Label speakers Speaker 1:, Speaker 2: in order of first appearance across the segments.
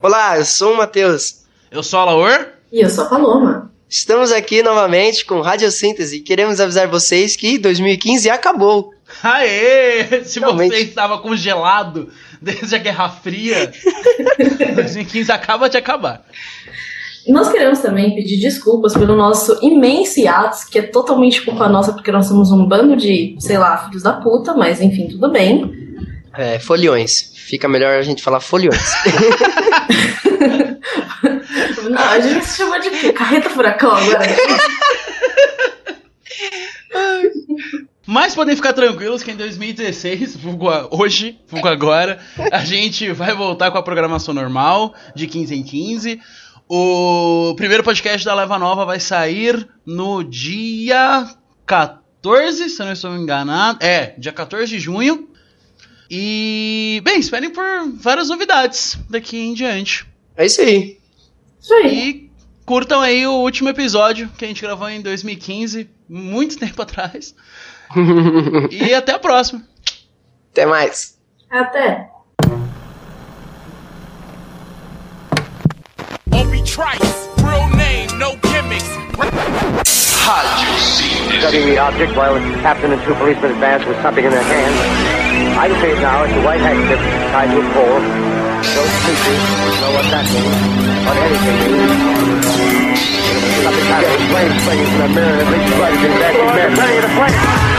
Speaker 1: Olá, eu sou o Matheus.
Speaker 2: Eu sou a Laor.
Speaker 3: E eu sou a Paloma.
Speaker 1: Estamos aqui novamente com Radiosíntese e queremos avisar vocês que 2015 acabou.
Speaker 2: Aê! Se
Speaker 1: Realmente.
Speaker 2: você estava congelado desde a Guerra Fria, 2015 acaba de acabar.
Speaker 3: Nós queremos também pedir desculpas pelo nosso imenso hiatus, que é totalmente culpa nossa, porque nós somos um bando de, sei lá, filhos da puta, mas enfim, tudo bem.
Speaker 1: É, foliões. Fica melhor a gente falar foliões.
Speaker 3: Não, a gente se chamou de quê? Carreta Furacão agora?
Speaker 2: Mas podem ficar tranquilos que em 2016, vulgo a- hoje, vulgo agora, a gente vai voltar com a programação normal, de 15 em 15. O primeiro podcast da Leva Nova vai sair no dia 14, se eu não estou enganado. É, dia 14 de junho. E, bem, esperem por várias novidades daqui em diante.
Speaker 1: É isso aí.
Speaker 3: Isso aí.
Speaker 2: E curtam aí o último episódio que a gente gravou em 2015, muito tempo atrás. E até a próxima.
Speaker 1: Até mais.
Speaker 3: Até.
Speaker 4: Won't be trice. Real name, no gimmicks.
Speaker 5: studying the object while the captain and two policemen advanced with something in their hands. I can see it now. It's a white handkerchief tied to a pole. Those creatures know what that means. What anything means. Something kind of flame flames in a mirror. At least blood is in that mirror.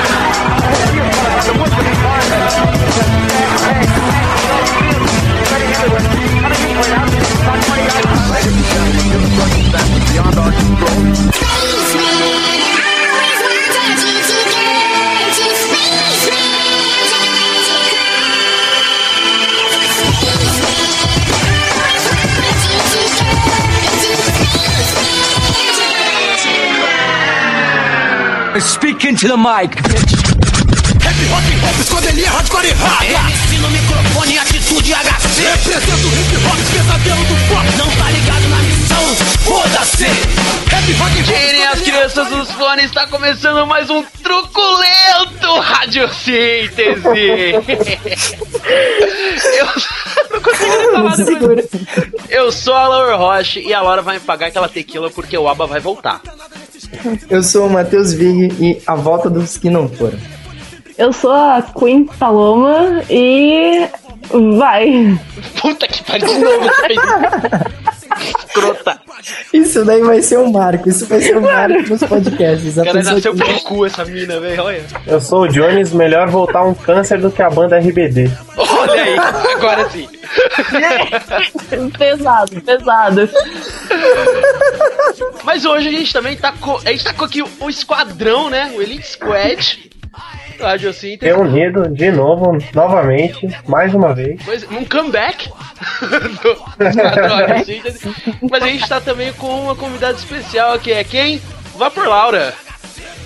Speaker 6: Speak into the mic.
Speaker 4: Hip hop, hip hop, esconderia, hardcore e rock. MC no microfone, atitude HC. Represento o hip hop, pesadelo do pop. Não tá ligado na missão, foda-se. Hip hop, hip hop,
Speaker 2: Tirem as
Speaker 4: esconderia,
Speaker 2: crianças dos fones, está começando mais um truculento radiosíntese. Eu não consigo nem falar depois. Eu sou a Laura Roche e a Laura vai me pagar aquela tequila porque o Aba vai voltar.
Speaker 7: Eu sou o Matheus Vig e a volta dos que não foram.
Speaker 8: Eu sou a Queen Paloma e. Vai!
Speaker 2: Puta que pariu de novo. você fez isso. Escrota.
Speaker 7: Isso daí vai ser um marco, isso vai ser um marco nos podcasts. A
Speaker 2: O cara
Speaker 7: pessoa
Speaker 2: nasceu
Speaker 7: que-
Speaker 2: pro cu essa mina, velho. Olha.
Speaker 9: Eu sou o Jones, melhor voltar um câncer do que a banda RBD.
Speaker 2: Olha aí, agora sim.
Speaker 8: Pesado, pesado.
Speaker 2: Mas hoje a gente também tá com. A gente tá com aqui o esquadrão, né? O Elite Squad. assim, do Radiosíntese.
Speaker 9: Reunido de novo, novamente, mais uma vez.
Speaker 2: Pois, um comeback do Esquadrão Radiosíntese. Mas a gente tá também com uma convidada especial que é quem? Vá por Laura.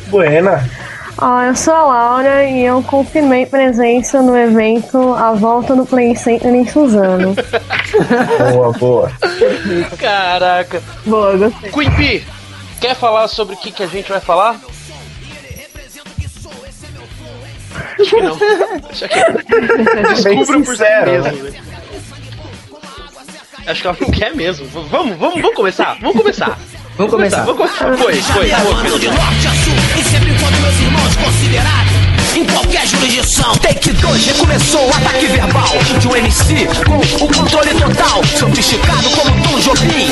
Speaker 9: Buena,
Speaker 8: Ah, eu sou a Laura e eu confirmei presença no evento A Volta do Play Center em Suzano.
Speaker 9: boa, boa.
Speaker 2: Caraca.
Speaker 8: Boa, gostei.
Speaker 2: Quimpi, quer falar sobre o que, que a gente vai falar? Acho que não. Acho que Descubra por si
Speaker 9: sincero,
Speaker 2: mesmo. né? Acho que ela não quer mesmo. V- Vamos, vamos, vamos começar. Vamos começar.
Speaker 7: Vamos começar.
Speaker 2: Vamos começar. Foi, foi,
Speaker 4: Mando Tá de
Speaker 2: foi.
Speaker 4: norte a sul e sempre encontro meus irmãos considerados em qualquer jurisdição. Take 2 recomeçou o ataque verbal de um MC com o controle total. Sofisticado como Tom Jobim,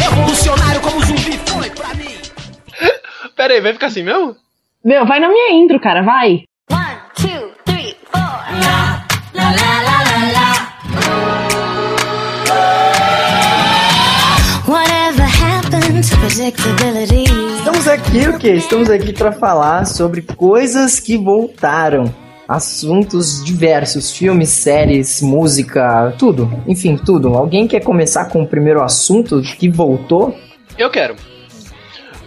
Speaker 4: revolucionário como zumbi foi pra mim.
Speaker 2: Pera aí, vai ficar assim mesmo?
Speaker 8: Meu, vai na minha intro, cara, vai!
Speaker 10: One, two, three, four. La, la, la, la, la, la. Whatever happened to predictability?
Speaker 7: Estamos aqui o quê? Estamos aqui pra falar sobre coisas que voltaram. Assuntos diversos, filmes, séries, música, tudo. Enfim, tudo. Alguém quer começar com o primeiro assunto que voltou?
Speaker 2: Eu quero.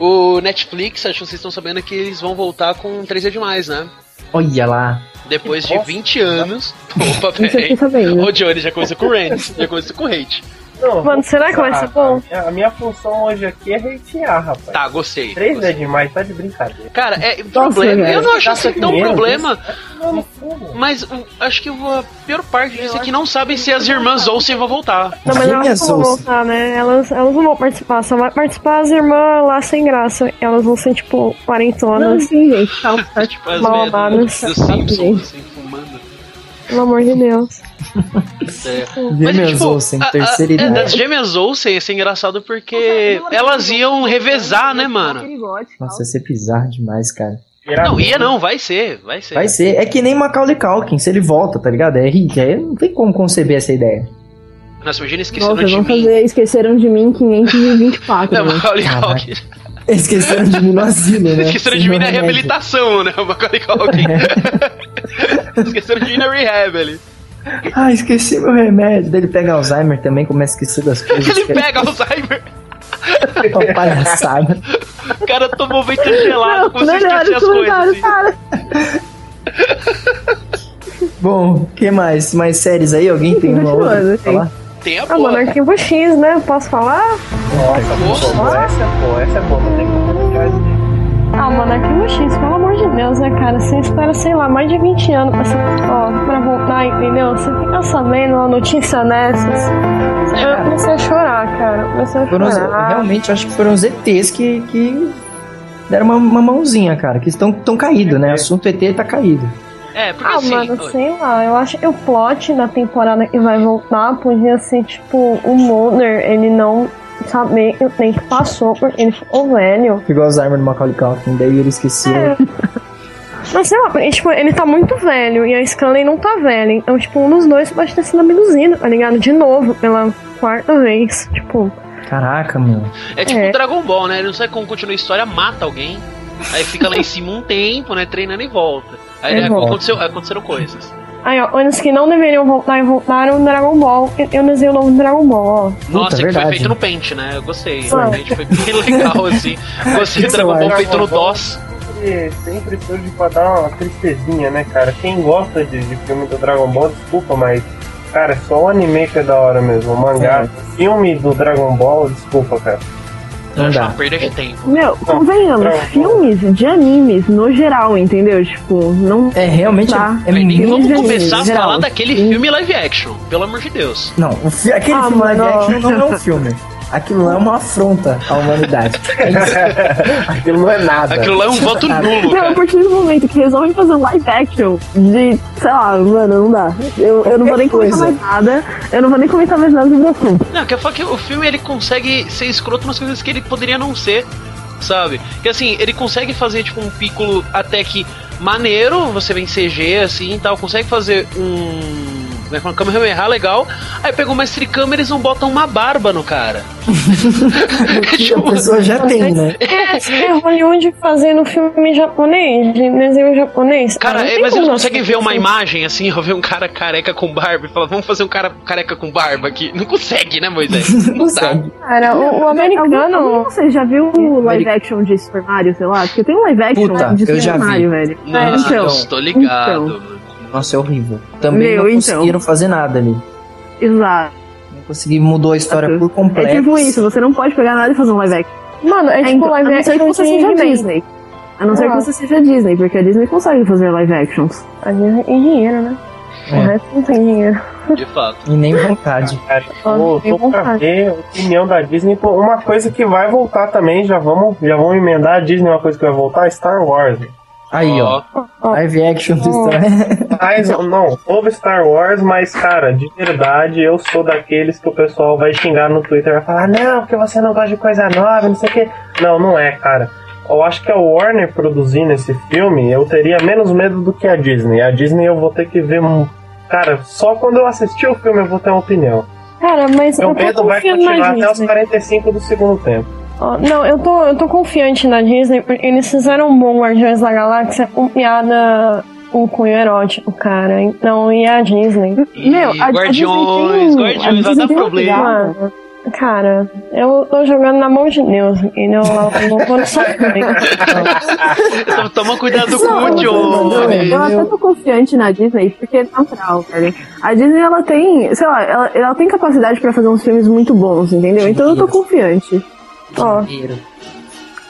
Speaker 2: O Netflix, acho que vocês estão sabendo que eles vão voltar com 3D demais, né?
Speaker 7: Olha lá.
Speaker 2: Depois de 20 anos. Opa,
Speaker 8: Isso eu
Speaker 2: peraí.
Speaker 8: fiquei sabendo.
Speaker 2: O Johnny já começou com o Randy, já começou com o Hate.
Speaker 9: Não,
Speaker 6: Mano,
Speaker 9: vou
Speaker 6: será que vai
Speaker 9: pensar,
Speaker 6: ser bom?
Speaker 9: cara. A minha função hoje aqui é hatear, rapaz.
Speaker 2: Tá, gostei.
Speaker 9: Três é
Speaker 2: gostei.
Speaker 9: demais, tá de brincadeira.
Speaker 2: Cara, é problema.
Speaker 9: velho,
Speaker 2: eu não acho
Speaker 9: tá
Speaker 2: assim tão
Speaker 9: primeiro,
Speaker 2: problema,
Speaker 9: Não, não fumo.
Speaker 2: mas o- acho que o- a pior parte disso é que não sabem se as irmãs ou se vão voltar.
Speaker 6: Não, mas
Speaker 7: Quem é
Speaker 6: elas não vão
Speaker 7: Sousa?
Speaker 6: voltar, né? Elas, elas não vão participar, só vai participar as irmãs lá sem graça. Elas vão ser,
Speaker 3: Não,
Speaker 6: tipo, quarentonas,
Speaker 3: sim, gente. Tá, tá
Speaker 2: Tipo, as
Speaker 6: Mal
Speaker 2: velhas do-
Speaker 6: amadas.
Speaker 2: dos Simpsons, assim, fumando.
Speaker 6: pelo amor de Deus.
Speaker 2: É. Mas,
Speaker 7: Gêmeas Olsen,
Speaker 2: a- a-
Speaker 7: terceira
Speaker 2: é, das
Speaker 7: idade.
Speaker 2: gêmeas Olsen ia ser engraçado porque elas iam revezar, né, mano?
Speaker 7: Nossa, ia
Speaker 2: é,
Speaker 7: ser bizarro demais, cara.
Speaker 2: Não, ia não, vai ser, vai ser.
Speaker 7: Vai ser. É que nem Macaulay Culkin, se ele volta, tá ligado? É hit. Aí não tem como conceber essa ideia.
Speaker 2: Nossa, imagina esqueceram
Speaker 3: Nossa,
Speaker 2: de mim.
Speaker 3: vão fazer Esqueceram de Mim 524.
Speaker 2: Não,
Speaker 3: né?
Speaker 2: Macaulay
Speaker 7: Caraca.
Speaker 2: Culkin.
Speaker 7: Esqueceram de mim no asilo, né?
Speaker 2: Esqueceram de
Speaker 7: Sem
Speaker 2: mim na
Speaker 7: remédio.
Speaker 2: reabilitação, né? O Macaulay Culkin. Esqueceram de mim na rehab ali.
Speaker 7: Ah, esqueci meu remédio. Daí ele pega Alzheimer também, começa a esquecer das coisas.
Speaker 2: Ele
Speaker 7: que é
Speaker 2: pega Alzheimer.
Speaker 7: Uma palhaçada.
Speaker 2: O cara tomou vento gelado, conseguiu esquecer as coisas.
Speaker 3: comentários,
Speaker 2: Assim.
Speaker 3: cara.
Speaker 7: Bom, que mais? Mais séries aí? Alguém tem uma outra pra
Speaker 3: Continuando,
Speaker 7: falar?
Speaker 2: Tem a
Speaker 6: Ah,
Speaker 2: boa.
Speaker 6: mano, arquivo X, né? Posso falar?
Speaker 9: Nossa, pô, essa é boa, essa é boa, não tem como tirar isso.
Speaker 6: Ah, mano, arquivo X, pelo amor de Deus, né, cara? Você espera, sei lá, mais de 20 anos pra, ó, pra voltar, entendeu? Você fica sabendo uma notícia dessas. Eu comecei a chorar, cara. Eu comecei a
Speaker 7: Foram os-
Speaker 6: chorar.
Speaker 7: realmente, acho que foram os ETs que, que deram uma, uma mãozinha, cara. Que estão tão caído, né? O assunto ET tá caído.
Speaker 2: É, porque
Speaker 6: Ah,
Speaker 2: assim.
Speaker 6: mano,
Speaker 2: oi.
Speaker 6: sei lá, eu acho que o plot da temporada que vai voltar podia ser, tipo, o Mulder, ele não saber o tempo que passou, porque ele ficou velho.
Speaker 7: Igual Alzheimer do Macaulay Culkin, daí ele esqueceu.
Speaker 6: É. Mas sei lá, porque, tipo, ele tá muito velho e a Scully não tá velha. Então, tipo, um dos dois pode ter sido abduzido, tá ligado? De novo, pela quarta vez. Tipo,
Speaker 7: Caraca, mano.
Speaker 2: É tipo
Speaker 6: É.
Speaker 2: o Dragon Ball, né? Ele não sabe como continua a história, mata alguém. Aí fica lá em cima um tempo, né? Treinando e volta. Aí
Speaker 7: É,
Speaker 2: é,
Speaker 7: volta.
Speaker 2: aconteceu, aconteceram coisas.
Speaker 6: aí, ó, anos que não deveriam voltar e voltaram no Dragon Ball. Eu- Eu desenho o novo Dragon Ball, ó. Ah.
Speaker 2: Nossa, que
Speaker 7: verdade.
Speaker 2: foi feito no Paint, né? Eu gostei.
Speaker 6: Foi.
Speaker 2: Realmente foi bem legal, assim. Gostei do
Speaker 7: Isso
Speaker 2: Dragon
Speaker 7: eu
Speaker 2: Ball
Speaker 9: acho.
Speaker 2: feito no DOS.
Speaker 9: Sempre- sempre surge pra dar uma tristezinha, né, cara? Quem gosta de, de filme do Dragon Ball, desculpa, mas. Cara, só o anime que é da hora mesmo. O mangá, filme do Dragon Ball, desculpa, cara.
Speaker 2: Eu
Speaker 7: Não
Speaker 2: acho
Speaker 7: dá.
Speaker 2: uma perda de tempo.
Speaker 3: Meu,
Speaker 9: Não,
Speaker 6: Ah,
Speaker 3: convenhamos,
Speaker 9: não.
Speaker 3: filmes de animes no geral, entendeu? Tipo, não.
Speaker 7: É, realmente
Speaker 3: Tá.
Speaker 7: é, é
Speaker 2: Bem, nem
Speaker 7: muito...
Speaker 2: vamos
Speaker 3: Geral.
Speaker 2: começar a falar daquele
Speaker 3: Sim.
Speaker 2: filme live action, pelo amor de Deus.
Speaker 7: Não, o fi- aquele
Speaker 3: Ah,
Speaker 7: filme live
Speaker 3: mano.
Speaker 7: action não é um filme. Aquilo lá é uma afronta à humanidade. É isso.
Speaker 9: Aquilo não é nada.
Speaker 2: Aquilo lá é um voto nulo,
Speaker 3: Não, a
Speaker 2: cara.
Speaker 3: partir do momento que resolvem fazer um live action de, sei lá, mano, não dá. Eu, eu não vou nem comentar
Speaker 7: coisa.
Speaker 3: mais nada. Eu não vou nem comentar mais nada sobre o assunto.
Speaker 2: Não, quer falar que o filme ele consegue ser escroto umas coisas que ele poderia não ser, sabe? Que assim, ele consegue fazer tipo um piccolo até que maneiro, você vem CG assim e tal, consegue fazer um. como é que fala? Um Kamehameha legal, aí pegou mais tricama e eles não botam uma barba no cara.
Speaker 7: que a pessoa já tem, né?
Speaker 6: É Hollywood fazendo filme japonês, de desenho japonês. Ah,
Speaker 2: Cara,
Speaker 6: não
Speaker 2: é,
Speaker 6: tem
Speaker 2: mas
Speaker 6: como
Speaker 2: eles
Speaker 6: não
Speaker 2: conseguem
Speaker 6: ser
Speaker 2: ver uma
Speaker 6: assim.
Speaker 2: imagem assim, eu ver um cara careca com barba e falar, vamos fazer um cara careca com barba aqui. Não consegue, né,
Speaker 6: É,
Speaker 2: Moisés? Não dá.
Speaker 7: Consegue.
Speaker 6: Cara, o, o
Speaker 3: é Algum, algum
Speaker 6: americano.
Speaker 3: de vocês já viu o live action de Super Mario, sei lá? Porque tem um live action
Speaker 7: Puta,
Speaker 3: de
Speaker 7: eu
Speaker 3: Super
Speaker 7: já vi. Ah,
Speaker 3: Mario, velho.
Speaker 2: Não,
Speaker 3: então,
Speaker 2: estou ligado.
Speaker 6: Então.
Speaker 2: mano.
Speaker 7: Nossa, é horrível. Também
Speaker 3: Meu,
Speaker 7: não
Speaker 3: então.
Speaker 7: conseguiram fazer nada ali.
Speaker 3: Exato.
Speaker 7: Não conseguiram, mudou a história por completo.
Speaker 3: É tipo isso, você não pode pegar nada e fazer um live action.
Speaker 6: Mano, é
Speaker 3: É,
Speaker 6: tipo
Speaker 3: então,
Speaker 6: live
Speaker 3: a não ser que
Speaker 6: action
Speaker 3: você
Speaker 6: de
Speaker 3: seja
Speaker 6: He-Man.
Speaker 3: Disney. A não ser que
Speaker 6: Ah.
Speaker 3: você seja Disney, porque a Disney consegue fazer live actions.
Speaker 6: A Disney tem dinheiro, né?
Speaker 7: É.
Speaker 6: O resto não tem dinheiro.
Speaker 2: De fato.
Speaker 7: E nem vontade.
Speaker 9: Cara, tô,
Speaker 6: Tem
Speaker 9: tô pra
Speaker 6: vontade.
Speaker 9: ver a opinião da Disney. Pô, Uma coisa que vai voltar também, já vamos, já vamos emendar a Disney, uma coisa que vai voltar é Star Wars.
Speaker 7: Aí, ó. Live action do Star
Speaker 9: Mas, não, houve Star Wars, mas, cara, de verdade, eu sou daqueles que o pessoal vai xingar no Twitter, vai falar, não, porque você não gosta de coisa nova, não sei o quê. Não, não é, cara. Eu acho que a Warner produzindo esse filme, eu teria menos medo do que a Disney. A Disney eu vou ter que ver. um- Cara, só quando eu assistir o filme eu vou ter uma opinião.
Speaker 6: Cara, mas
Speaker 7: É
Speaker 9: Meu
Speaker 7: um
Speaker 6: eu tô
Speaker 9: medo vai
Speaker 6: confiando na
Speaker 9: continuar até os
Speaker 6: Disney.
Speaker 9: 45 do segundo tempo.
Speaker 6: Ó, Não, eu tô, eu tô confiante na Disney, porque eles fizeram um bom Guardiões da Galáxia com piada com cunho erótico, cara. Então, e a Disney?
Speaker 2: E
Speaker 3: Meu, a- a Disney
Speaker 2: Guardiões,
Speaker 3: tem um- a
Speaker 2: Guardiões, vai
Speaker 3: Disney
Speaker 2: dar
Speaker 3: tem um
Speaker 2: problema.
Speaker 3: cuidado.
Speaker 6: Mano,
Speaker 9: Cara, eu tô jogando na mão de Deus, entendeu? Eu não vou no sofrer.
Speaker 2: Então, toma cuidado com
Speaker 6: é
Speaker 3: Não,
Speaker 2: o Johnny.
Speaker 3: Eu até tô confiante na Disney, porque é natural, velho. A Disney, ela tem, sei lá, ela, ela tem capacidade pra fazer uns filmes muito bons, entendeu? Então eu tô confiante. Ó,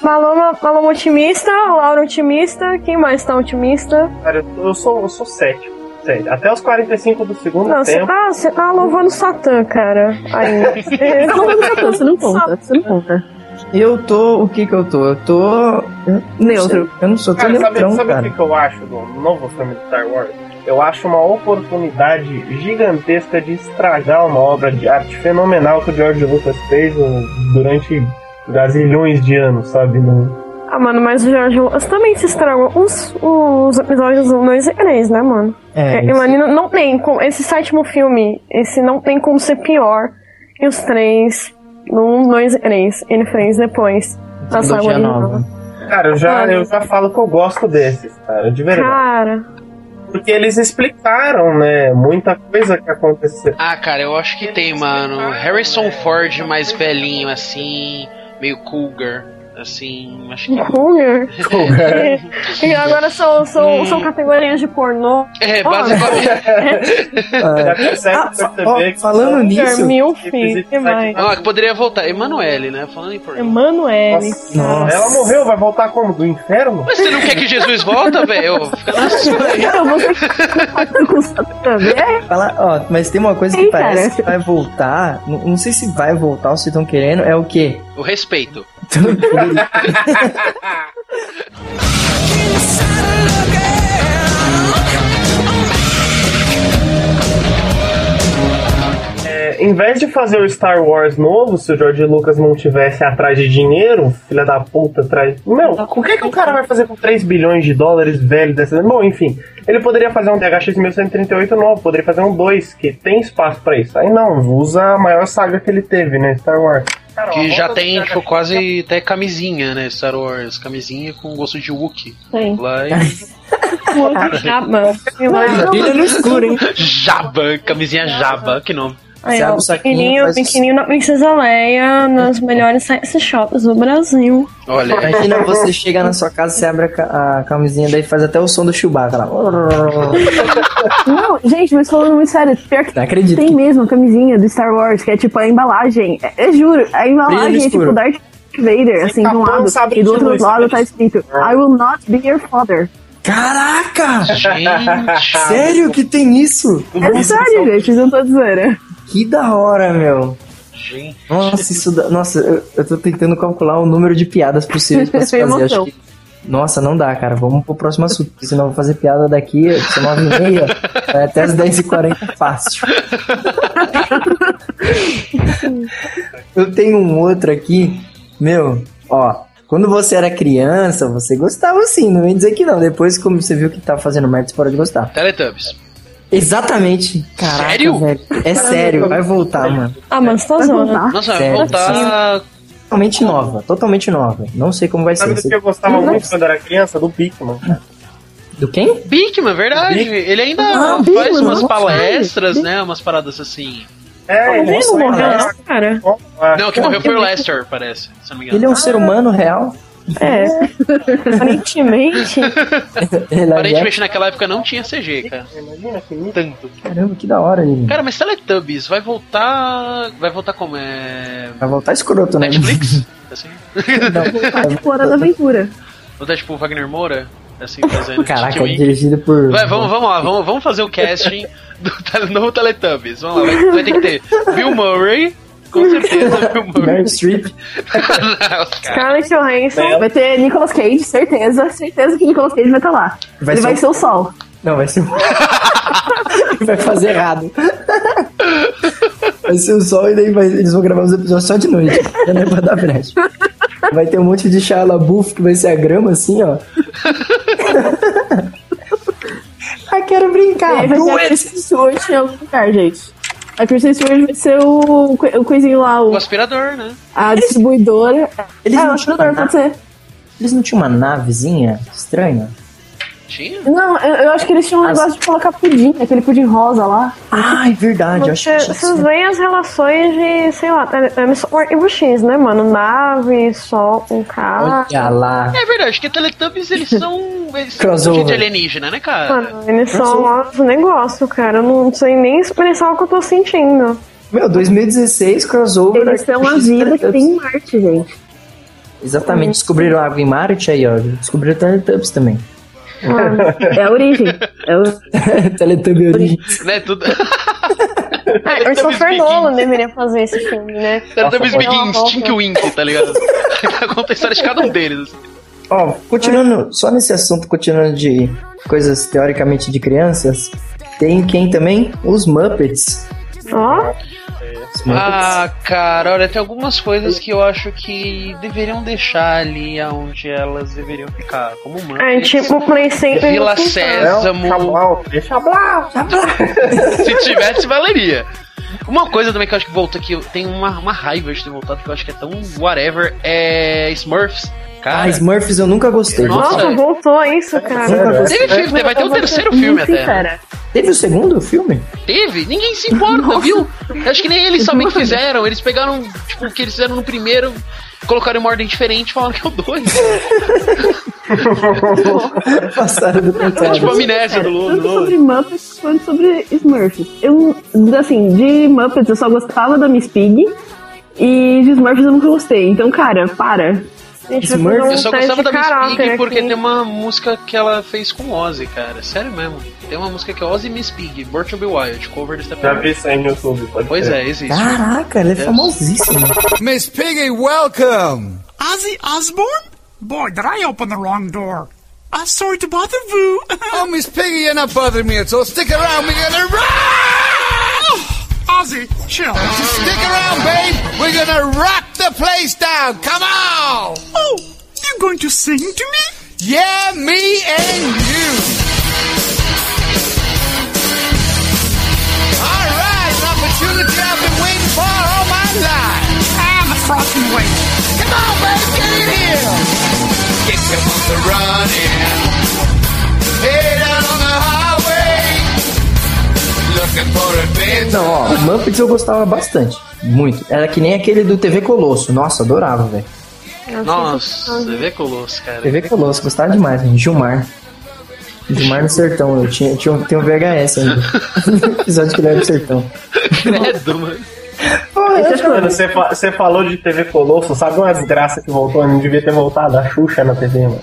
Speaker 9: Maloma, Maloma otimista, Laura otimista, quem mais tá otimista?
Speaker 5: Cara, eu, tô- eu sou, eu sou cético. Sério. Até os 45 do segundo
Speaker 9: Não, você
Speaker 5: tempo.
Speaker 9: tá, você tá louvando Satã, cara. Ainda. Você tá
Speaker 3: louvando Satã, você não conta, você não conta.
Speaker 7: Eu tô. O que que eu tô? Eu tô.
Speaker 3: Neutro.
Speaker 7: Eu não sou, eu tô
Speaker 5: Cara, sabe,
Speaker 9: Então,
Speaker 7: neutrão,
Speaker 5: sabe o que
Speaker 7: cara.
Speaker 5: que eu acho do novo filme de Star Wars? Eu acho uma oportunidade gigantesca de estragar uma obra de arte fenomenal que o George Lucas fez uh, durante gazilhões de anos, sabe? No-
Speaker 9: Ah, mano, mas o Jorge Lucas também se estragou os, os episódios 1, 2 e 3, né, mano?
Speaker 7: É,
Speaker 9: É,
Speaker 7: isso.
Speaker 9: mano, e não, não tem como. Esse sétimo filme, esse não tem como ser pior que os três. No 1, 2 e 3. Ele fez depois. Da saga
Speaker 7: Trilogia
Speaker 9: original.
Speaker 7: nova.
Speaker 5: Cara, eu já, eu já falo que eu gosto desses, cara, de verdade.
Speaker 9: Cara,
Speaker 5: Porque eles explicaram, né, muita coisa que aconteceu.
Speaker 2: Ah, cara, eu acho que tem, mano. Harrison Ford mais velhinho, assim, meio cougar, assim, acho que...
Speaker 9: Cougar. E agora são,
Speaker 5: Hum.
Speaker 9: são, são categorias de pornô.
Speaker 2: É, basicamente.
Speaker 5: Já consegue
Speaker 3: Ah,
Speaker 5: perceber que
Speaker 7: falando
Speaker 9: Cougar, Milf,
Speaker 5: Esquisito,
Speaker 9: que mais?
Speaker 2: Ah, que poderia voltar. Emanuele, né? Falando em português.
Speaker 9: Emanuele.
Speaker 7: Nossa.
Speaker 5: ela morreu, vai voltar como? Do inferno?
Speaker 2: Mas você não quer que Jesus volta, velho? Fica na sua aí.
Speaker 3: Eu vou ter que com Satã, velho.
Speaker 7: Fala- ó, mas tem uma coisa que
Speaker 3: Sim,
Speaker 7: parece
Speaker 3: cara.
Speaker 7: que vai voltar. Não, não sei se vai voltar ou se estão querendo. É o quê?
Speaker 2: O respeito.
Speaker 5: É, em vez de fazer o Star Wars novo, se o George Lucas não tivesse atrás de dinheiro, filha da puta, atrás. Meu,
Speaker 9: Tá
Speaker 5: o que, que o cara vai fazer com 3 bilhões de dólares velho dessa. Bom, enfim, ele poderia fazer um DHX 1138 novo, poderia fazer um 2, que tem espaço pra isso. Aí não, usa a maior saga que ele teve, né? Star Wars. Cara,
Speaker 2: Que
Speaker 5: uma
Speaker 2: já
Speaker 5: volta
Speaker 2: tem,
Speaker 5: do
Speaker 2: tipo,
Speaker 5: DHX
Speaker 2: quase até camisinha, né? Star Wars. Camisinha com gosto de Wookie.
Speaker 9: Tem.
Speaker 2: Lá em...
Speaker 9: Jabba.
Speaker 11: é
Speaker 7: Brilha no escuro, hein?
Speaker 2: Jaba. Camisinha Jaba. Que nome.
Speaker 9: Aí,
Speaker 7: Sabe
Speaker 9: ó,
Speaker 7: o saquinho,
Speaker 9: biquininho,
Speaker 7: faz-
Speaker 9: biquininho da Princesa Leia, nas melhores sex shops do Brasil.
Speaker 2: Olha.
Speaker 7: Imagina você chega na sua casa, você abre a ca- a camisinha, daí faz até o som do Chewbacca lá.
Speaker 3: Não, gente, mas falando muito sério, pior que
Speaker 7: Não acredito.
Speaker 3: tem mesmo a camisinha do Star Wars, que é tipo a embalagem. É- Eu juro, a
Speaker 7: Brilho no
Speaker 3: embalagem é
Speaker 7: escuro.
Speaker 3: tipo Darth Vader, assim, de um
Speaker 5: tapão,
Speaker 3: lado,
Speaker 5: sabre
Speaker 3: e do
Speaker 5: de
Speaker 3: outro
Speaker 5: luz,
Speaker 3: lado
Speaker 5: sabre
Speaker 3: tá escrito
Speaker 7: É.
Speaker 3: I will not be your father.
Speaker 7: Caraca!
Speaker 2: Gente.
Speaker 7: Sério que tem isso?
Speaker 3: É sério, gente, não tô dizendo.
Speaker 7: Que da hora, meu. Nossa, isso da... Nossa, eu, eu tô tentando calcular o número de piadas possíveis pra se
Speaker 3: Foi
Speaker 7: fazer. Acho
Speaker 3: emoção.
Speaker 7: que... Nossa, não dá, cara. Vamos pro próximo assunto, porque senão eu vou fazer piada daqui, são 9h30, vai até as 10h40 fácil. eu tenho um outro aqui, meu, ó. Quando você era criança, você gostava sim, não vem dizer que não. Depois, como você viu que tava fazendo merda, você parou de gostar.
Speaker 2: Teletubbies.
Speaker 7: Exatamente. Caraca,
Speaker 2: Sério?
Speaker 7: velho. É sério, vai voltar, mano.
Speaker 9: Ah, mas tá zona.
Speaker 2: Nossa,
Speaker 7: Sério,
Speaker 2: voltar.
Speaker 7: Totalmente nova, totalmente nova. Não sei como vai
Speaker 5: Sabe
Speaker 7: ser.
Speaker 5: do
Speaker 7: Você-
Speaker 5: que eu gostava muito quando era criança? Do Pikmin. cara.
Speaker 7: Do quem?
Speaker 2: Bigman, verdade. Ele ainda
Speaker 3: Ah,
Speaker 2: faz
Speaker 3: Bigman,
Speaker 2: umas
Speaker 3: não
Speaker 2: palestras, né? Umas paradas assim.
Speaker 5: É,
Speaker 9: Ele
Speaker 7: Nossa,
Speaker 9: não morreu,
Speaker 7: cara.
Speaker 9: não, tá, cara.
Speaker 5: bom, ah,
Speaker 2: Não, que morreu foi o Lester, parece. Se não me
Speaker 7: é Ele é
Speaker 2: engano.
Speaker 7: um ser humano real.
Speaker 9: É. Aparentemente.
Speaker 7: Ele é...
Speaker 2: Aparentemente naquela época não tinha CG, cara.
Speaker 5: Imagina que lindo.
Speaker 2: Tanto.
Speaker 7: Caramba, que da hora, ele.
Speaker 2: Cara, mas Teletubbies vai voltar. Vai voltar como? É.
Speaker 7: Vai voltar escroto, né?
Speaker 2: Netflix? Assim?
Speaker 7: Não.
Speaker 3: Tipo, Hora da Aventura.
Speaker 2: Ou tá tipo o Wagner Moura? Assim, fazendo.
Speaker 7: Caraca, é
Speaker 2: Tiquim.
Speaker 7: dirigido por.
Speaker 2: Vai, vamos, vamos lá, vamos, vamos fazer o casting do tele- novo Teletubbies. Vamos lá, vai, vai ter que ter Bill Murray, com certeza Bill Murray.
Speaker 7: Meryl Streep.
Speaker 2: Não, cara.
Speaker 3: Scarlett Johansson. Vai ter Nicolas Cage, certeza. Certeza que Nicolas Cage vai estar lá.
Speaker 7: Vai
Speaker 3: Ele
Speaker 7: ser um
Speaker 3: vai
Speaker 7: o-
Speaker 3: ser o sol.
Speaker 7: Não, vai ser. Ele vai fazer errado. Vai ser o sol e daí vai- eles vão gravar os episódios só de noite. Já não é pra dar brecha. Vai ter um monte de Shia LaBeouf que vai ser a grama assim, ó. Ai, Ah, quero
Speaker 3: E aí
Speaker 7: brincar.
Speaker 3: vai ter a
Speaker 7: Duas.
Speaker 3: Kristen Stewart em algum lugar, gente. A Kristen Stewart vai ser o, co- o coisinho lá, o-
Speaker 2: O aspirador, né?
Speaker 3: a distribuidora.
Speaker 7: Eles
Speaker 3: ah,
Speaker 7: não
Speaker 3: o aspirador
Speaker 7: tinham
Speaker 3: pode ser.
Speaker 7: Eles não tinham uma navezinha estranha?
Speaker 2: Tinha?
Speaker 3: Não, eu, eu acho que eles tinham um negócio de colocar pudim, aquele pudim rosa lá.
Speaker 7: Ai, Ah, é verdade.
Speaker 3: acho
Speaker 9: Você- Vocês veem as relações de, sei lá, é- é missão arquivo X, né, mano? Nave, sol, um carro.
Speaker 7: Olha lá.
Speaker 2: É verdade, que Teletubbies eles são. Eles são
Speaker 7: Crossover.
Speaker 2: gente alienígena, né, cara?
Speaker 9: Mano, eles são lá os negócios, cara. Eu não sei nem expressar o que eu tô sentindo.
Speaker 7: Meu, 2016, crossover.
Speaker 9: Eles são a vida que tem em Marte, gente.
Speaker 7: Exatamente. Descobriram água em Marte aí, ó. Descobriram Teletubbies também.
Speaker 3: É a origem. É
Speaker 7: o... Teletubbies origem.
Speaker 2: Né? Tudo... É,
Speaker 9: Ah, o Fernando deveria fazer esse filme, né?
Speaker 2: Teletubbies
Speaker 9: Pegar uma
Speaker 2: Begins,
Speaker 9: roupa.
Speaker 2: Tink Wink, tá ligado? Conta a história de cada um deles.
Speaker 7: Ó, continuando, só nesse assunto, continuando de coisas teoricamente de crianças, tem quem também? Os Muppets.
Speaker 9: Ó,
Speaker 7: Os Muppets.
Speaker 2: Ah, cara, olha, tem algumas coisas que eu acho que deveriam deixar ali onde elas deveriam ficar. Como mano.
Speaker 9: é tipo o Play Center.
Speaker 2: Vila
Speaker 9: do Sultão.
Speaker 2: Sésamo.
Speaker 9: Xablau,
Speaker 2: Se tivesse, valeria. Uma coisa também que eu acho que volta que eu tenho uma, uma raiva de ter voltado, que eu acho que é tão whatever, é Smurfs. Cara,
Speaker 7: Ah, Smurfs eu nunca gostei.
Speaker 9: Nossa, voltou isso, cara.
Speaker 2: Teve filme, vai ter um terceiro filme até.
Speaker 7: Teve o segundo filme?
Speaker 2: Teve? Ninguém se importa, viu? Eu acho que nem eles sabem que fizeram. Eles pegaram, tipo, o que eles fizeram no primeiro, colocaram em uma ordem diferente e falaram que é o dois.
Speaker 7: Passaram do
Speaker 2: É tipo a
Speaker 7: contrário.
Speaker 2: amnésia do
Speaker 3: Tanto
Speaker 2: Lula.
Speaker 3: sobre Muppets quanto sobre Smurfs. Eu, assim, de Muppets eu só gostava da Miss Pig e de Smurfs eu nunca gostei. Então, cara, para.
Speaker 9: Gente, vai fazer um
Speaker 2: Eu só
Speaker 9: teste
Speaker 2: gostava da
Speaker 9: de
Speaker 2: Miss
Speaker 9: caráter
Speaker 2: Pig porque
Speaker 9: aqui. né?
Speaker 2: tem uma música que ela fez com Ozzy, cara. Sério mesmo. Tem uma música que é Ozzy e Miss Pig, Born to Be Wild, cover do
Speaker 5: Já
Speaker 2: Steppenwolf.
Speaker 5: vi isso aí no YouTube. Pode
Speaker 2: Pois
Speaker 5: ser.
Speaker 2: é, existe.
Speaker 7: Caraca, ela é
Speaker 2: Yes.
Speaker 7: famosíssima.
Speaker 4: Miss Piggy, welcome.
Speaker 12: Ozzy Osbourne? Boy, did I open the wrong door. Uh, sorry to bother you.
Speaker 4: Oh, Miss Piggy, you're not bothering me, so stick around. We're gonna
Speaker 12: Oh, Ozzy, chill.
Speaker 4: stick around, babe. We're gonna rock the place down. Come on.
Speaker 12: Oh, you're going to sing to me?
Speaker 4: Yeah, me and you. All right, an opportunity I've been waiting for all my life.
Speaker 12: Ah, the frosty wait.
Speaker 4: Come on, baby, get in here. Get your motor running. Head out on the highway. Looking for adventure.
Speaker 7: Não, ó, o Muppets eu gostava bastante. Muito. Era que nem aquele do TV Colosso. Nossa, adorava, velho.
Speaker 2: Nossa, vê Colosso, cara.
Speaker 7: TV Colosso, gostava demais, gente. Gilmar. Gilmar no Sertão. Eu tinha, tinha um, tem um VHS ainda. Episódio que ele era do Sertão.
Speaker 2: Credo, mano.
Speaker 5: Mano, você, fa- você falou de TV Colosso, sabe uma desgraça que voltou? Não devia ter voltado a Xuxa na TV, mano.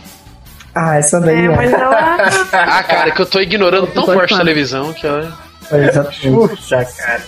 Speaker 7: Ah, essa daí,
Speaker 9: É,
Speaker 7: ó.
Speaker 9: mas ela.
Speaker 2: Ah, cara, que eu tô ignorando tão forte a televisão que olha.
Speaker 7: Olha, exatamente.
Speaker 5: Xuxa, cara.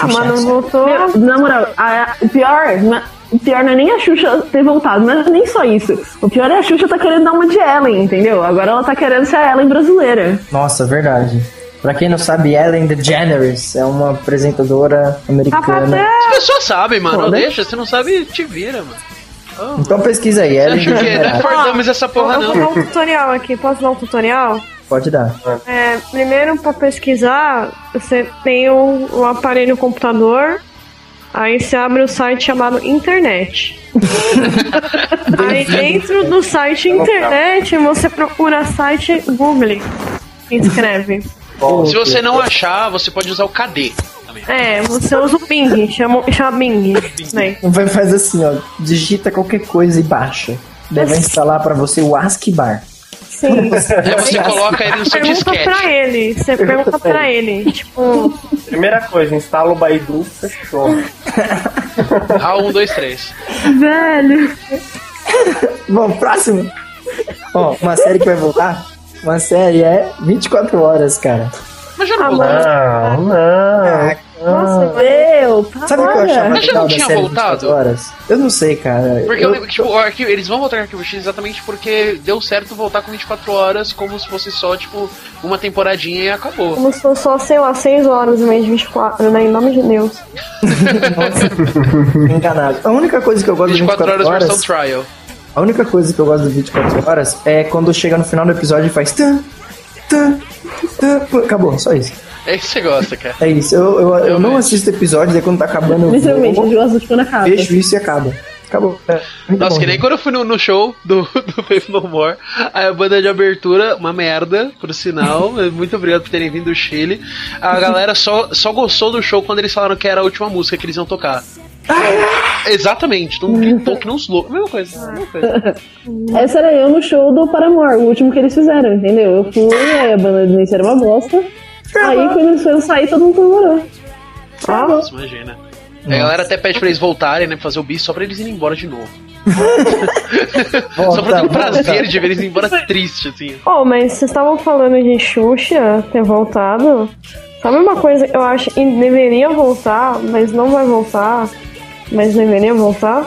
Speaker 9: Ah, mano, voltou.
Speaker 3: Meu, na moral, a- o pior. na- o pior não é nem a Xuxa ter voltado, não é nem só isso. O pior é a Xuxa tá querendo dar uma de Ellen, entendeu? Agora ela tá querendo ser a Ellen brasileira.
Speaker 7: Nossa, verdade. Pra quem não sabe, Ellen DeGeneres é uma apresentadora
Speaker 9: Tá
Speaker 7: americana.
Speaker 9: Sapatão!
Speaker 2: As pessoas sabem, mano.
Speaker 7: Foda.
Speaker 2: Deixa, se não sabe, te vira, mano.
Speaker 7: Então pesquisa aí,
Speaker 2: Você
Speaker 7: Ellen
Speaker 2: acha que não é
Speaker 7: DeGeneres.
Speaker 2: Fordames essa porra,
Speaker 9: Eu vou
Speaker 2: não.
Speaker 9: dar um tutorial aqui. Posso dar um tutorial?
Speaker 7: Pode dar.
Speaker 9: É, primeiro, para pesquisar, você tem um, um aparelho computador, aí você abre o site chamado internet. aí dentro do site
Speaker 2: Tá
Speaker 9: internet, você procura site Google. Escreve.
Speaker 2: Se você não achar, você pode usar o KD.
Speaker 9: É, você usa o Bing, chama, chama Bing. né? Bem,
Speaker 7: Vai fazer assim, ó. Digita qualquer coisa e baixa. Daí vai instalar pra você o ASCII bar.
Speaker 9: sim.
Speaker 2: Aí você coloca ele no seu
Speaker 9: Pergunta pra
Speaker 2: disquete.
Speaker 9: ele, você pergunta pra ele, tipo,
Speaker 5: Primeira coisa, instala o Baidu, fechou.
Speaker 2: Ah, um, dois, três.
Speaker 3: Velho.
Speaker 7: Bom, próximo. Ó, uma série que vai voltar. Uma série é 24 horas, cara.
Speaker 2: Mas já não
Speaker 7: tá
Speaker 9: Ah,
Speaker 2: voltou.
Speaker 9: mano.
Speaker 5: Não, não.
Speaker 9: nossa,
Speaker 3: Meu,
Speaker 7: Sabe o que eu achava
Speaker 2: Mas já
Speaker 7: legal
Speaker 2: não
Speaker 7: da
Speaker 2: tinha
Speaker 7: série
Speaker 2: voltado?
Speaker 7: 24 horas? Eu não sei, cara.
Speaker 2: Porque eu
Speaker 7: eu,
Speaker 2: lembro que, tipo, o arquivo- eles vão voltar no Arquivo X exatamente porque deu certo voltar com 24 horas, como se fosse só, tipo, uma temporadinha e acabou.
Speaker 9: como se fosse só, sei lá, 6 horas no mês de 24, né? Em nome de Deus.
Speaker 7: fui enganado. A única coisa que eu gosto
Speaker 2: 24
Speaker 7: do 24
Speaker 2: horas
Speaker 7: horas...
Speaker 2: versão trial.
Speaker 7: A única coisa que eu gosto do 24 horas é quando chega no final do episódio e faz. Tan, tan, tan, pô, acabou, só isso.
Speaker 2: É isso que você gosta, cara.
Speaker 7: É isso. Eu, eu, eu não
Speaker 2: Realmente.
Speaker 7: assisto episódio, daí quando tá acabando eu
Speaker 3: Literalmente,
Speaker 7: vou,
Speaker 3: eu gosto de quando acaba.
Speaker 7: vejo isso e acaba. Acabou. É, muito
Speaker 5: Tá
Speaker 2: Nossa,
Speaker 7: bom,
Speaker 2: que nem
Speaker 7: gente.
Speaker 2: quando eu fui no, no show do, do Faith No More, aí a banda de abertura, uma merda, por sinal. Muito obrigado por terem vindo do Chile. A galera só, só gostou do show quando eles falaram que era a última música que eles iam tocar. Exatamente, todo mundo gritou que não os loucos. Mesma coisa, mesma coisa.
Speaker 3: Essa era eu no show do Paramore, o último que eles fizeram, entendeu? Eu fui, aí a banda de início era uma bosta. Aí quando eles foram sair, todo mundo comemorou. Ah,
Speaker 2: Nossa, imagina. A galera até pede pra eles voltarem, né? pra Fazer o bis só pra eles irem embora de novo. só pra ter o prazer de ver eles irem embora triste, assim.
Speaker 9: Oh, mas vocês estavam falando de Xuxa ter voltado. Sabe uma coisa que eu acho que deveria voltar, mas não vai voltar, mas deveria voltar?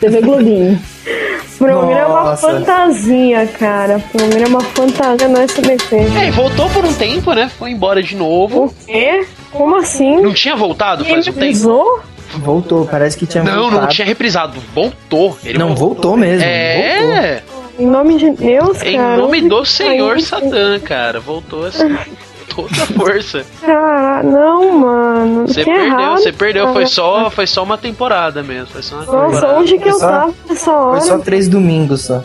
Speaker 3: TV Globinho.
Speaker 9: Programa é
Speaker 2: Nossa.
Speaker 9: Fantasia, cara. Programa é Fantasia no SBT.
Speaker 2: É, e voltou por um tempo, né? Foi embora de novo.
Speaker 9: O quê? Como assim?
Speaker 2: Não tinha voltado faz um tempo?
Speaker 9: Pisou?
Speaker 7: Voltou, parece que tinha
Speaker 2: Não,
Speaker 7: voltado.
Speaker 2: não tinha reprisado. Voltou. Ele
Speaker 7: Não, voltou mesmo,
Speaker 2: É.
Speaker 9: Em nome de Deus,
Speaker 2: Em
Speaker 9: cara.
Speaker 2: nome
Speaker 9: onde
Speaker 2: do
Speaker 9: que tá
Speaker 2: Senhor
Speaker 9: saiu?
Speaker 2: Satã, cara. Voltou assim. Toda força.
Speaker 9: Cara, não, mano.
Speaker 2: Você
Speaker 9: que
Speaker 2: perdeu,
Speaker 9: errado,
Speaker 2: você perdeu. Foi
Speaker 9: cara.
Speaker 2: só, foi só uma temporada mesmo. Foi só uma
Speaker 9: Nossa,
Speaker 2: temporada.
Speaker 9: onde que eu
Speaker 7: Foi só-
Speaker 9: tava nessa hora?
Speaker 7: Foi só três domingos só.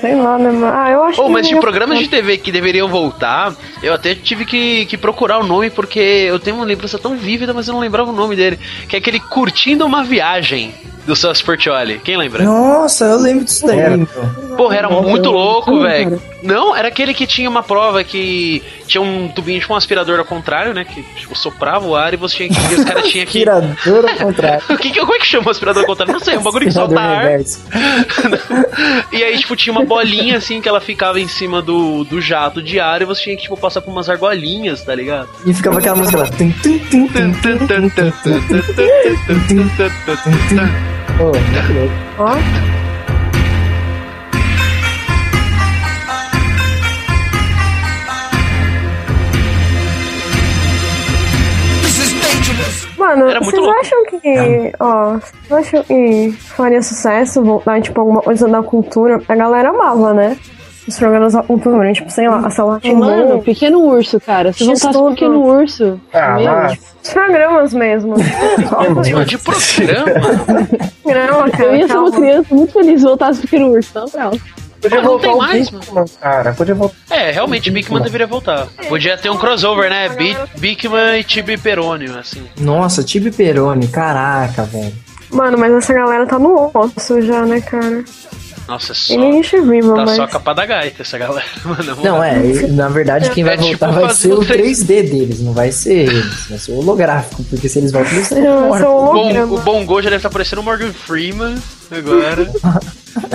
Speaker 9: Sei lá, né, mano? Ah, eu acho
Speaker 2: Oh,
Speaker 9: que
Speaker 2: mas de
Speaker 9: não ia
Speaker 2: programas de
Speaker 9: voltar.
Speaker 2: TV que deveriam voltar, eu até tive que, que procurar o nome, porque eu tenho uma lembrança tão vívida, mas eu não lembrava o nome dele. Que é aquele Curtindo uma Viagem do Celso Portioli. Quem lembra?
Speaker 7: Nossa, eu lembro disso daí. meu.
Speaker 2: Porra, era
Speaker 7: Nossa,
Speaker 2: muito
Speaker 7: eu não
Speaker 2: louco,
Speaker 7: lembro,
Speaker 2: velho.
Speaker 7: cara.
Speaker 2: Não, era aquele que tinha uma prova que tinha um tubinho tipo um aspirador ao contrário, né? Que tipo, soprava o ar e você tinha que. e os caras tinham que.
Speaker 7: Tirador ao contrário.
Speaker 2: O que, que- como é que chama o aspirador ao contrário? Não sei, é um bagulho que solta
Speaker 7: Tirador
Speaker 2: ar.
Speaker 7: reverso.
Speaker 2: E aí, tipo, tinha uma bolinha assim que ela ficava em cima do, do jato de ar e você tinha que, tipo, passar por umas argolinhas, tá ligado?
Speaker 7: E ficava aquela música lá. Tum, tum, tum, tum, tum, tum, tum, tum, tum, tum, tum, tum, tum. Pô, muito louco.
Speaker 9: Ó. Mano,
Speaker 2: Era muito
Speaker 9: vocês
Speaker 2: louco.
Speaker 9: acham
Speaker 7: É.
Speaker 9: que. Ó, vocês acham que faria sucesso voltar, tipo, alguma coisa da cultura? A galera amava, né? Os programas da cultura, né? tipo, sei lá, a Salate
Speaker 3: Mano, pequeno urso, cara. Se voltasse
Speaker 9: X-Tudo.
Speaker 3: pequeno urso.
Speaker 5: Ah,
Speaker 3: meu,
Speaker 5: mas-
Speaker 9: Os programas mesmo.
Speaker 2: De programa?
Speaker 9: Programa, cara.
Speaker 3: eu ia ser uma
Speaker 9: calma.
Speaker 3: criança muito feliz se voltasse pequeno urso, não, pra
Speaker 5: Podia
Speaker 2: Ah, não tem
Speaker 5: o
Speaker 2: mais,
Speaker 5: Bigman, cara. Podia voltar.
Speaker 2: É, realmente, Bigman deveria voltar. Podia ter um crossover, né? Bi- Bigman e Tibi Perônio, assim.
Speaker 7: Nossa, Tibi Peroni, caraca, velho.
Speaker 9: Mano, mas essa galera tá no osso já, né, cara?
Speaker 2: Nossa,
Speaker 9: E
Speaker 2: só.
Speaker 9: ninguém se viva,
Speaker 2: Tá
Speaker 9: mas.
Speaker 2: só a capa da gaita essa galera, mano.
Speaker 7: Não, é, na verdade quem vai
Speaker 2: É tipo
Speaker 7: voltar vai
Speaker 2: fazer
Speaker 7: ser
Speaker 2: o
Speaker 7: o 3D deles, não vai ser eles, vai ser o holográfico, porque se eles voltam, eles saem
Speaker 9: Não,
Speaker 7: fora.
Speaker 9: são
Speaker 2: O
Speaker 9: holograma.
Speaker 2: Bom, o Bongo já deve estar parecendo o Morgan Freeman agora,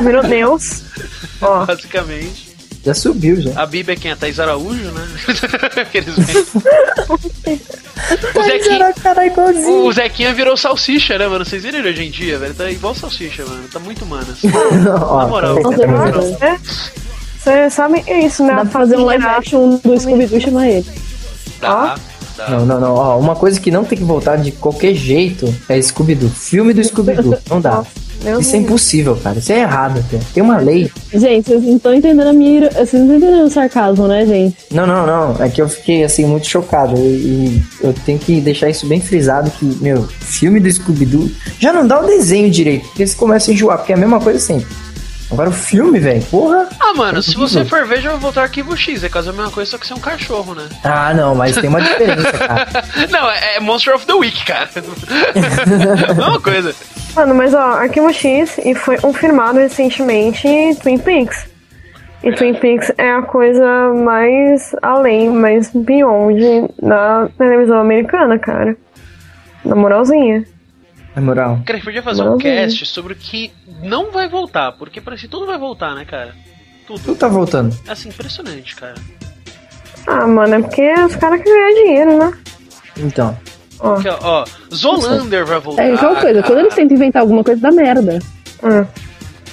Speaker 9: Virou Deus. Ó,
Speaker 2: basicamente.
Speaker 7: Já subiu, já.
Speaker 2: A Biba é quem? A Thaís Araújo, né? Aqueles memes. o, Zequinha,
Speaker 7: Caralho,
Speaker 2: o Zequinha virou salsicha, né, mano? Vocês viram ele hoje em dia, velho? Tá igual salsicha, mano. Tá muito humano. Assim. Na moral.
Speaker 7: Ah,
Speaker 9: você sabe que é isso, né?
Speaker 3: Dá pra fazer um live action do Scooby-Doo e chamar ele.
Speaker 7: Ah?
Speaker 2: Tá.
Speaker 7: Não, não, não. Ó, uma coisa que não tem que voltar de qualquer jeito é Scooby-Doo. Filme do Scooby-Doo. Não dá.
Speaker 9: meu
Speaker 7: Isso é impossível, cara. Isso é errado até. Tem uma lei.
Speaker 3: Gente, vocês não estão entendendo a minha. iro- Vocês não estão entendendo o sarcasmo, né, gente?
Speaker 7: Não, não, não. É que eu fiquei, assim, muito chocado. E, e eu tenho que deixar isso bem frisado que, meu, filme do Scooby-Doo já não dá o desenho direito. Porque eles começam a enjoar, porque é a mesma coisa sempre. Agora o filme, velho, porra.
Speaker 2: Ah, mano, se você
Speaker 7: Horrível.
Speaker 2: for ver, já vou voltar arquivo X. É quase a mesma coisa, só que você é um cachorro, né?
Speaker 7: Ah, não, mas tem uma diferença, cara.
Speaker 2: Não, é é Monster of the Week, cara. Mesma coisa.
Speaker 9: Mano, mas ó, Arquivo X e foi confirmado recentemente Twin Peaks. E Twin Peaks é a coisa mais além, mais beyond da televisão americana, cara. Na moralzinha.
Speaker 7: Na moral.
Speaker 2: Cara, a gente podia fazer um
Speaker 9: Maravilha.
Speaker 2: cast sobre o que não vai voltar, porque parece que tudo vai voltar, né, cara?
Speaker 7: Tu tá voltando.
Speaker 2: É assim, impressionante, cara.
Speaker 9: Ah, mano, é porque os caras querem ganhar dinheiro, né?
Speaker 7: Então.
Speaker 2: Aqui, ó, ó, Zolander vai voltar.
Speaker 3: É aquela coisa, quando eles tentam inventar alguma coisa, dá merda.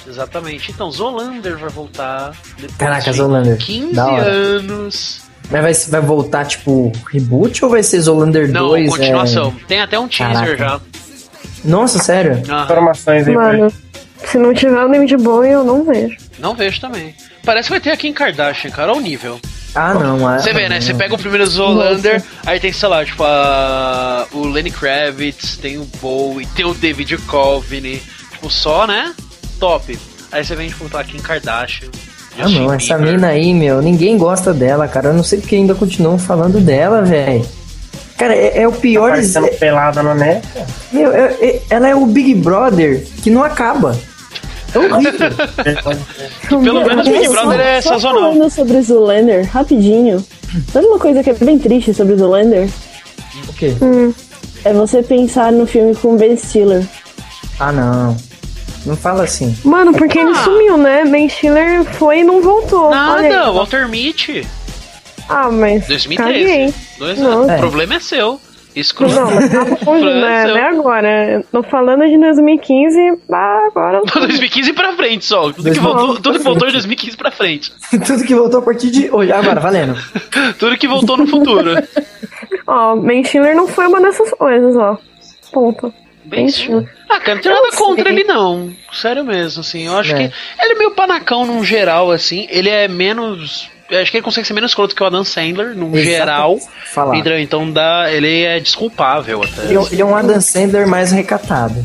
Speaker 2: Exatamente. Então, Zolander vai voltar. Depois
Speaker 7: Caraca,
Speaker 2: de
Speaker 7: Zolander.
Speaker 2: 15
Speaker 7: Da hora.
Speaker 2: anos.
Speaker 7: Mas vai, vai voltar, tipo, reboot ou vai ser Zolander
Speaker 2: Não,
Speaker 7: 2?
Speaker 2: continuação. Tem até um teaser
Speaker 7: é. Caraca.
Speaker 2: já.
Speaker 7: É... Nossa, sério?
Speaker 2: Ah,
Speaker 5: Informações aí. tá
Speaker 9: Mano, se não tiver o David Bowie, eu não vejo.
Speaker 2: não vejo também. Parece que vai ter aqui em Kardashian, cara. Olha o nível.
Speaker 11: Ah, não, ah,
Speaker 4: Você vê, né?
Speaker 11: não.
Speaker 4: Você pega o primeiro Zoolander, aí tem, sei lá, tipo, a... o Lenny Kravitz, tem o Bowie, tem o David Coveney, tipo, só, né? Top. Aí você vem, tipo, tá aqui em Kardashian.
Speaker 11: Ah, não, essa
Speaker 4: né?
Speaker 11: mina aí, meu, ninguém gosta dela, cara. Eu não sei porque ainda continuam falando dela, velho. Cara, é, é o pior.
Speaker 5: Parecendo pelada na net.
Speaker 11: Meu, é- é- ela é o Big Brother que não acaba. É horrível.
Speaker 4: Pelo menos Big
Speaker 3: Só-
Speaker 4: Brother é
Speaker 3: só
Speaker 4: sazonal.
Speaker 3: falando sobre o Zoolander, rapidinho. Sabe uma coisa que é bem triste sobre o Zoolander?
Speaker 11: O quê?
Speaker 9: Hum.
Speaker 3: É você pensar no filme com o Ben Stiller.
Speaker 11: Ah, não. Não fala assim.
Speaker 9: Mano, porque ele
Speaker 4: Ah.
Speaker 9: sumiu, né? Ben Stiller foi e não voltou.
Speaker 11: é
Speaker 9: Olha
Speaker 4: Nada,
Speaker 9: aí.
Speaker 4: Walter Mitty.
Speaker 9: Ah, mas.
Speaker 4: 2013. Dois anos.
Speaker 9: Nossa.
Speaker 4: O problema é seu. Escroto.
Speaker 9: Não, mas tá longe,
Speaker 4: Problema é
Speaker 9: né?
Speaker 4: seu.
Speaker 9: Não é agora. Tô falando de 2015, ah, agora.
Speaker 4: 2015 pra frente só. Tudo que voltou, tudo que voltou é de 2015 pra frente.
Speaker 11: Tudo que voltou a partir de hoje. Agora, valendo.
Speaker 4: Tudo que voltou no futuro.
Speaker 9: Ó, Ben Stiller não foi uma dessas coisas, ó. Ponto.
Speaker 4: Ben Stiller. Ah, cara, não tem nada contra ele, não. Sério mesmo, assim. Eu acho
Speaker 9: É.
Speaker 4: que ele é meio panacão num geral, assim. Ele é menos. eu acho que ele consegue ser menos escroto que o Adam Sandler, num
Speaker 11: Exato.
Speaker 4: geral.
Speaker 11: Falar.
Speaker 4: Então, então dá, ele é desculpável até.
Speaker 11: Ele é um- ele é um Adam Sandler mais recatado.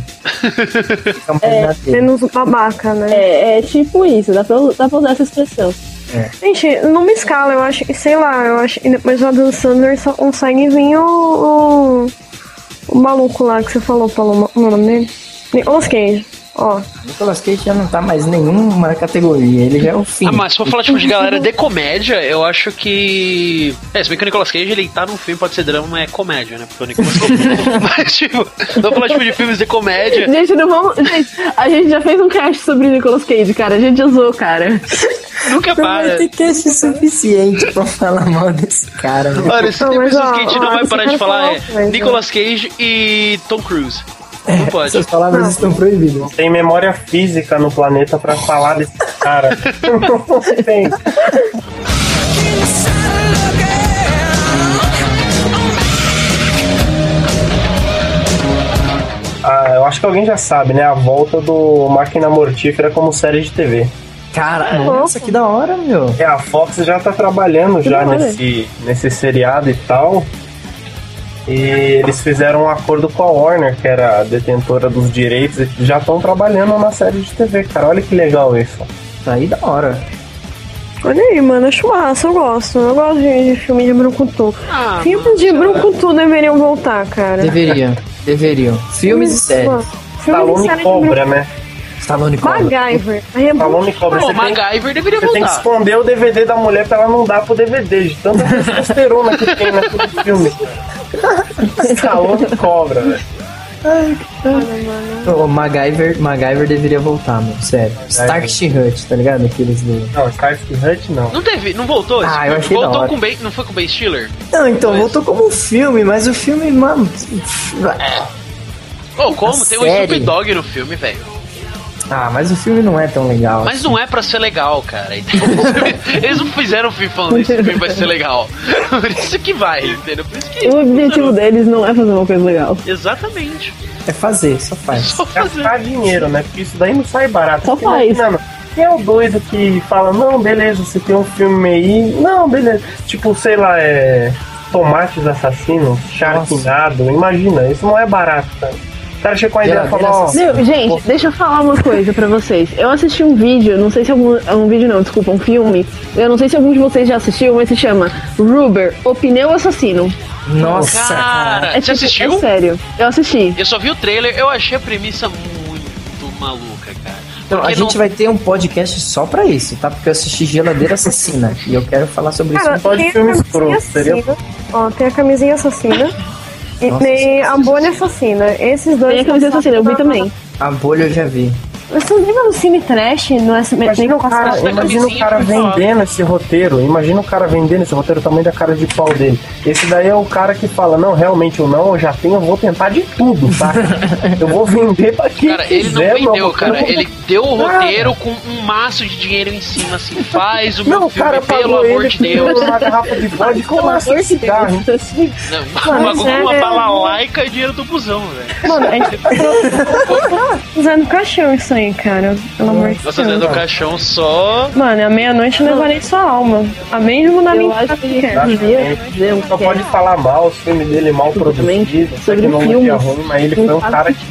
Speaker 11: Então, Fica mais
Speaker 4: É.
Speaker 11: na dele.
Speaker 9: Menos babaca, né?
Speaker 3: É, é tipo isso, dá pra, dá pra usar essa expressão.
Speaker 9: Gente, numa escala, eu acho que, sei lá, eu acho que depois o Adam Sandler só consegue vir o, o, o maluco lá que você falou, Paloma, o nome dele? Nicolas Cage, ó.
Speaker 11: Nicolas Cage já não tá mais em nenhuma categoria. Ele já é o fim.
Speaker 4: Ah, mas se for falar tipo, de galera de comédia, eu acho que. É, se bem que o Nicolas Cage ele tá num filme, pode ser drama, mas é comédia, né? Porque o Nicolas Cage. mas, tipo, se for falar tipo, de filmes de comédia.
Speaker 3: Gente, não vamos. Gente, a gente já fez um cast sobre Nicolas Cage, cara. A gente usou, cara.
Speaker 4: Nunca
Speaker 11: Vai
Speaker 4: para.
Speaker 11: ter cast suficiente pra falar mal desse cara. meu.
Speaker 4: Olha, se tem pessoas que a gente tipo não vai parar de falar,
Speaker 5: falou
Speaker 4: é Nicolas Cage e Tom Cruise. Não pode.
Speaker 11: É, Essas palavras estão proibidas.
Speaker 5: Não tem memória física no planeta pra falar desse cara. Não tem. Ah, eu acho que alguém já sabe, né? A volta do Máquina Mortífera como série de TV.
Speaker 4: É
Speaker 11: Cara, nossa, que da hora, meu.
Speaker 5: É, a Fox já tá trabalhando já
Speaker 11: da hora.
Speaker 5: nesse, nesse seriado e tal. E eles fizeram um acordo com a Warner, que era a detentora dos direitos, e já estão trabalhando na série de TV, cara. Olha que legal isso.
Speaker 11: Tá aí da hora.
Speaker 9: Olha aí, mano, é churrasco, eu gosto. Eu gosto de, de filme de Brucutu.
Speaker 4: Ah,
Speaker 9: Filmes de Brucutu deveriam voltar, cara.
Speaker 11: Deveria, deveria. Filmes e
Speaker 9: Isso.
Speaker 11: séries.
Speaker 9: Filmes e séries de Brucutu.
Speaker 5: Tá né?
Speaker 11: Stallone cobra.
Speaker 9: MacGyver. Aí é
Speaker 5: Stallone
Speaker 9: bom
Speaker 5: cobra.
Speaker 9: demais.
Speaker 5: Você tem-
Speaker 4: deveria
Speaker 5: você tem que
Speaker 4: voltar.
Speaker 5: esconder o DVD da mulher pra ela não dar pro DVD, de tanta testosterona que tem naquele filme. cara. Stallone cobra, velho.
Speaker 11: O MacGyver, MacGyver deveria voltar, mano. Sério. Stark Hut, tá ligado? Aqueles do.
Speaker 5: Não, Stark Hut não.
Speaker 4: Não teve, não voltou? esse
Speaker 11: Ah,
Speaker 4: filme?
Speaker 11: eu achei da
Speaker 4: voltou
Speaker 11: hora.
Speaker 4: com Ben. Não foi com o Ben Stiller?
Speaker 11: Não, então, voltou como um filme, mas o filme, mano.
Speaker 4: Oh, como?
Speaker 11: A
Speaker 4: Tem o
Speaker 11: série?
Speaker 4: Snoop Dogg no filme, velho.
Speaker 11: Ah, mas o filme não é tão legal.
Speaker 4: Mas não é pra ser legal, cara. Então, Eles não fizeram o filme falando esse filme vai ser legal. Por isso que vai, entendeu? Por isso que.
Speaker 3: O objetivo deles não é fazer uma coisa legal.
Speaker 4: Exatamente.
Speaker 11: É fazer, só faz.
Speaker 4: é-
Speaker 5: gastar É dinheiro, né? Porque isso daí não sai barato.
Speaker 3: Só
Speaker 5: Porque,
Speaker 3: faz.
Speaker 5: imagina, Quem é o doido que fala, não, beleza, você tem um filme aí, não, beleza. Tipo, sei lá, é. Tomates assassinos, charquinado, imagina, isso não é barato, cara. O cara chega com a ideia e fala, ó.
Speaker 3: Viu, gente, deixa eu falar uma coisa pra vocês. Eu assisti um vídeo, não sei se algum. Um vídeo não, desculpa, um filme. Eu não sei se algum de vocês já assistiu, mas se chama Ruber, O Pneu Assassino.
Speaker 11: Nossa,
Speaker 4: Cara,
Speaker 3: É
Speaker 4: você
Speaker 3: tipo,
Speaker 4: assistiu?
Speaker 3: É sério, eu assisti.
Speaker 4: Eu só vi o trailer, eu achei a premissa muito maluca, cara.
Speaker 11: Então, a
Speaker 4: Porque
Speaker 11: gente
Speaker 4: não-
Speaker 11: vai ter um podcast só pra isso, tá? Porque eu assisti Geladeira Assassina e eu quero falar sobre isso.
Speaker 9: Cara,
Speaker 11: Não pode
Speaker 9: tem a
Speaker 11: filme
Speaker 9: camisinha
Speaker 11: escroto, entendeu?
Speaker 9: assassina. Ó, tem a camisinha assassina. E
Speaker 11: Nossa,
Speaker 9: tem a bolha assassina. Esses dois.
Speaker 3: Tem a camisinha assassina, eu vi também.
Speaker 11: A bolha eu já vi.
Speaker 3: Vocês lembram do Cine Trash no
Speaker 9: é
Speaker 3: SBT?
Speaker 5: Imagina o cara,
Speaker 3: passava?
Speaker 5: imagina o cara vendendo esse roteiro, imagina o cara vendendo esse roteiro, o tamanho da cara de pau dele. Esse daí é o cara que fala, não, realmente eu não, eu já tenho, eu vou tentar de tudo, tá? Eu vou vender pra quem
Speaker 4: Cara, ele não
Speaker 5: quiser, meu
Speaker 4: vendeu,
Speaker 5: roteiro, eu
Speaker 4: cara.
Speaker 5: vou
Speaker 4: Ele deu o
Speaker 5: Cara.
Speaker 4: roteiro com um maço de dinheiro em cima, assim. Faz o meu
Speaker 5: Não, o
Speaker 4: filme,
Speaker 5: cara
Speaker 4: pelo
Speaker 5: pagou
Speaker 4: amor
Speaker 5: ele
Speaker 4: de Deus.
Speaker 5: por uma garrafa de vodka com uma de cigarro.
Speaker 4: Não,
Speaker 9: Mano,
Speaker 4: uma, uma,
Speaker 3: é,
Speaker 9: sério.
Speaker 4: uma
Speaker 3: um
Speaker 2: é
Speaker 4: balalaica e dinheiro do busão, velho.
Speaker 9: Mano, a gente tá é usando caixão isso aí. também, cara. Pelo amor de
Speaker 2: Nossa, dentro do
Speaker 9: Deus.
Speaker 2: caixão só.
Speaker 9: Mano, à meia-noite eu levarei sua alma. A mesmo na
Speaker 3: Eu
Speaker 9: minha
Speaker 3: acho que
Speaker 9: casa.
Speaker 5: Só pode falar mal, os filmes dele é mal produzidos,
Speaker 9: sobre um
Speaker 5: tecnologia
Speaker 9: filmes.
Speaker 5: é ruim, mas ele foi um
Speaker 9: Fala-
Speaker 5: cara que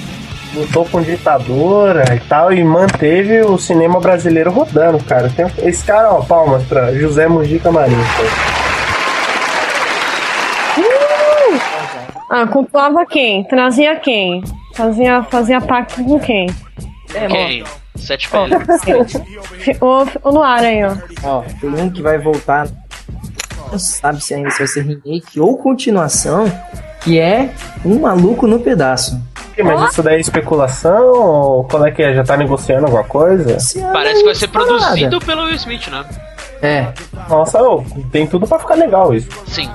Speaker 5: lutou com ditadura e tal, e manteve o cinema brasileiro rodando, cara. Tem- um, Esse cara, ó, palmas pra José Mujica Marinho. cara.
Speaker 9: Ah, cultuava quem? Trazia quem? Fazia, fazia pacto com quem?
Speaker 3: É
Speaker 2: Quem? Sete peles.
Speaker 9: O, o Luar aí, ó.
Speaker 7: Ó, tem um que vai voltar. Não sabe se ainda se vai ser remake ou continuação, que é Um Maluco no Pedaço.
Speaker 5: Ih, Mas isso daí é especulação? Ou qual é que é? Já tá negociando alguma coisa?
Speaker 2: Parece que vai ser
Speaker 5: fala nada.
Speaker 2: produzido pelo Will Smith, né?
Speaker 7: É.
Speaker 5: Nossa, ô, tem tudo pra ficar legal isso.
Speaker 2: Sim.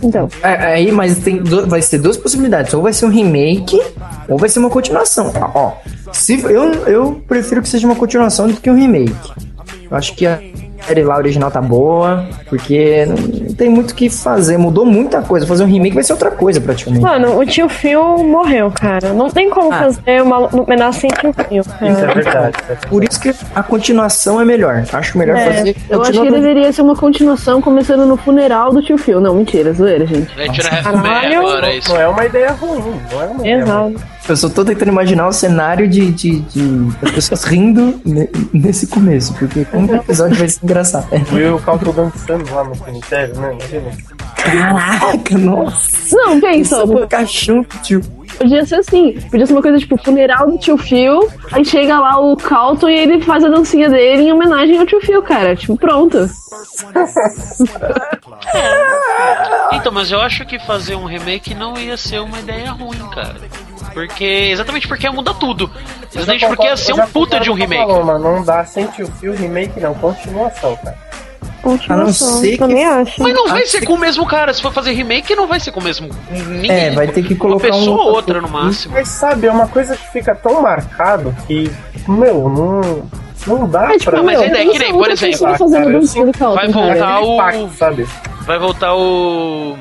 Speaker 7: Então. aí, mas tem du- vai ser duas possibilidades. Ou vai ser um remake, ou vai ser uma continuação. Ah, Ó, se, eu, eu prefiro que seja uma continuação do que um remake. Eu acho que a série lá original tá boa, porque não tem muito o que fazer. Mudou muita coisa. Fazer um remake vai ser outra coisa, praticamente.
Speaker 9: Mano, o tio Phil morreu, cara. Não tem como
Speaker 7: Ah.
Speaker 9: fazer uma homenagem sem tio Phil, cara.
Speaker 5: é
Speaker 7: Por isso que a continuação é melhor. Acho melhor
Speaker 3: É,
Speaker 7: fazer.
Speaker 3: eu acho que deveria ser uma continuação começando no funeral do tio Phil. Não, mentira, zoeira, gente.
Speaker 2: Vai tirar Half-Man
Speaker 3: Caralho.
Speaker 2: agora, é isso.
Speaker 5: Não é uma ideia ruim, não é uma ideia
Speaker 9: Exato.
Speaker 7: Eu só tô tentando imaginar o cenário de, de, de- das pessoas rindo ne- nesse começo, porque como o episódio vai ser engraçado. É,
Speaker 5: Will Calto dançando lá no cemitério, né? Imagina.
Speaker 7: Caraca, nossa.
Speaker 3: Não, pensa. Pô,
Speaker 7: caixão, tio.
Speaker 3: Podia ser assim. Podia ser uma coisa tipo funeral do tio Phil. Aí chega lá o Calton e ele faz a dancinha dele em homenagem ao tio Phil, cara. Tipo, pronto.
Speaker 5: Tá.
Speaker 2: Então, mas eu acho que fazer um remake não ia ser uma ideia ruim, cara. Porque. Exatamente porque ia mudar tudo. Exatamente porque ia ser
Speaker 5: Eu já
Speaker 2: um puta
Speaker 5: concordo
Speaker 2: de um
Speaker 5: com o
Speaker 2: remake.
Speaker 5: Paulo, mano, não dá sem tio Phil remake, não. Continuação, cara.
Speaker 9: Continuação.
Speaker 5: A não ser que-
Speaker 9: Também acho.
Speaker 2: Mas não vai
Speaker 5: Assim-
Speaker 2: ser com o mesmo cara. Se for fazer remake, não vai ser com o mesmo. Ninguém.
Speaker 7: É, vai ter que colocar
Speaker 2: pessoa
Speaker 7: um.
Speaker 2: ou outra no máximo.
Speaker 5: Mas sabe, é uma coisa que fica tão marcado que, meu, não, não dá
Speaker 3: tipo,
Speaker 5: pra...
Speaker 2: mas a ideia é que nem, por exemplo. Vai voltar o.
Speaker 5: sabe?
Speaker 2: Vai voltar o.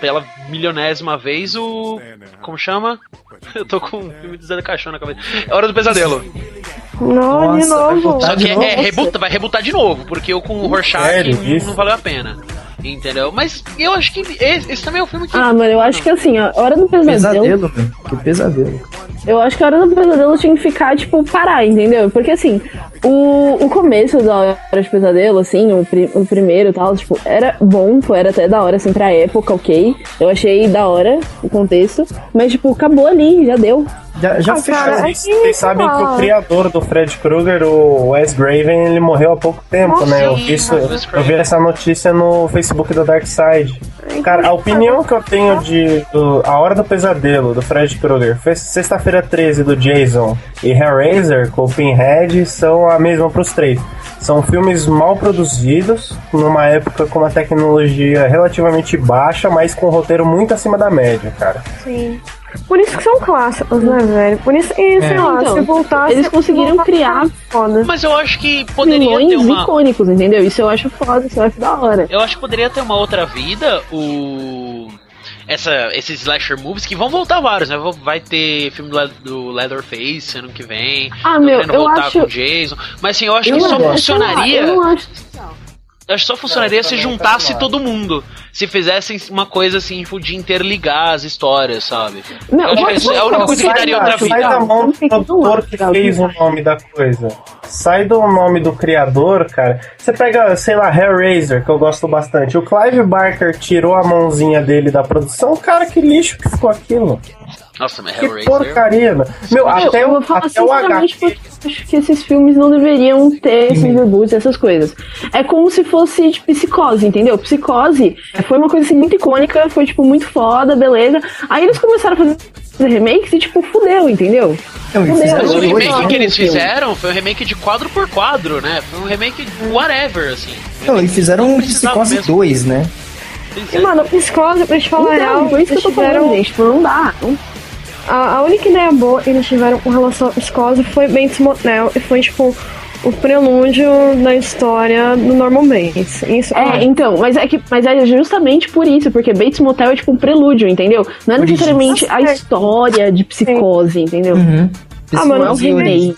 Speaker 2: Pela milionésima vez o. Como chama? Eu tô com o filme do Zé do Caixão na cabeça. É Hora do Pesadelo.
Speaker 9: Não, é de
Speaker 7: Nossa, vai
Speaker 5: Tá
Speaker 9: novo.
Speaker 7: voltar
Speaker 2: Só que é, é, rebuta, vai rebutar de novo, porque eu com o Rorschach
Speaker 3: Sério,
Speaker 2: não-
Speaker 3: isso?
Speaker 2: não valeu a pena. Entendeu? Mas eu acho que esse, esse também é um filme que.
Speaker 3: Ah, mano, eu acho que assim, a Hora do Pesadelo.
Speaker 7: Pesadelo, meu. Que pesadelo.
Speaker 3: Eu acho que
Speaker 9: é
Speaker 3: a Hora do Pesadelo tinha que ficar, tipo, parar, entendeu? Porque assim,
Speaker 9: tipo,
Speaker 3: o, o começo da Hora do Pesadelo, assim, o, pri- o primeiro e tal, tipo, era bom, pô, era até da hora, assim, pra época, ok. Eu achei da hora o contexto. Mas, tipo, acabou ali, já deu.
Speaker 7: Já,
Speaker 3: já Ah, fechou. cara, é
Speaker 5: Vocês
Speaker 3: que,
Speaker 5: vocês sabem que o
Speaker 3: mano.
Speaker 5: criador do Fred Krueger, o Wes Craven, ele morreu há pouco tempo,
Speaker 3: Nossa,
Speaker 5: né? Eu vi, isso-
Speaker 3: Wes
Speaker 5: eu vi essa notícia no Facebook da Dark Side. Cara, a opinião que eu tenho de do- A Hora do Pesadelo, do Fred Krueger, Fe- Sexta-feira 13 do Jason e Hellraiser com o Pinhead são a mesma pros três. São filmes mal produzidos, numa época com uma tecnologia relativamente baixa, mas com um roteiro muito acima da média, cara.
Speaker 9: Sim. Por isso que são clássicos, né, velho? Por isso, e, sei
Speaker 5: É.
Speaker 9: lá,
Speaker 3: Então,
Speaker 9: se voltasse.
Speaker 3: eles conseguiram
Speaker 9: voltasse,
Speaker 3: criar
Speaker 9: Foda.
Speaker 2: Mas eu acho que poderia ter
Speaker 3: Vilões
Speaker 2: uma.
Speaker 3: icônicos, entendeu? Isso eu acho foda, isso eu acho da hora.
Speaker 2: Eu acho que poderia ter uma outra vida, o. Essa, esses slasher movies que vão voltar vários, né? Vai ter filme do, Le- do Leatherface ano que vem.
Speaker 3: Ah,
Speaker 2: tão
Speaker 3: meu,
Speaker 2: querendo
Speaker 3: eu
Speaker 2: voltar
Speaker 3: acho-
Speaker 2: com o Jason. Mas assim, eu acho
Speaker 3: Eu
Speaker 2: que só
Speaker 3: não acho,
Speaker 2: funcionaria.
Speaker 3: eu não acho-
Speaker 2: Eu acho que só funcionaria se juntasse todo mundo. Se fizessem uma coisa assim, tipo, de interligar as histórias, sabe?
Speaker 3: Não,
Speaker 2: eu acho que isso é a única coisa que daria outra
Speaker 5: Sai da
Speaker 2: vida.
Speaker 5: mão do autor que fez o nome da coisa. Sai do nome do criador, cara. Você pega, sei lá, Hellraiser, que eu gosto bastante. O Clive Barker tirou a mãozinha dele da produção. Cara, que lixo que ficou aquilo.
Speaker 2: Nossa, mas
Speaker 5: Que
Speaker 2: Hellraiser.
Speaker 5: porcaria. mano. Meu,
Speaker 3: Meu,
Speaker 5: até,
Speaker 3: eu
Speaker 5: o,
Speaker 3: vou falar
Speaker 5: até o H.
Speaker 3: sinceramente porque eu acho que esses filmes não deveriam ter esses reboots, essas coisas. É como se fosse tipo, psicose, entendeu? Psicose foi uma coisa assim, muito icônica, foi tipo muito foda, beleza. Aí eles começaram a fazer remakes e tipo fudeu, entendeu?
Speaker 2: Mas o
Speaker 3: Fudeu.
Speaker 2: remake que eles fizeram foi um remake de quadro por quadro, né? Foi um remake whatever, assim.
Speaker 7: Não, e fizeram um Psicose 2, né?
Speaker 9: E, mano, psicose, pra te falar
Speaker 3: Então,
Speaker 9: real,
Speaker 3: por isso que eu
Speaker 9: eles
Speaker 3: tô falando,
Speaker 9: tiveram.
Speaker 3: gente, tipo, não dá.
Speaker 9: A, a única ideia boa que eles tiveram com relação à psicose foi Bates Motel e foi, tipo, o prelúdio da história do Norman Bates. Isso,
Speaker 3: É, então, mas é que mas é justamente por isso, porque Bates Motel é tipo um prelúdio, entendeu? Não é
Speaker 9: Origins.
Speaker 7: Uhum,
Speaker 3: necessariamente a história de psicose, entendeu? né?
Speaker 9: Ah, mano,
Speaker 3: não é um remake.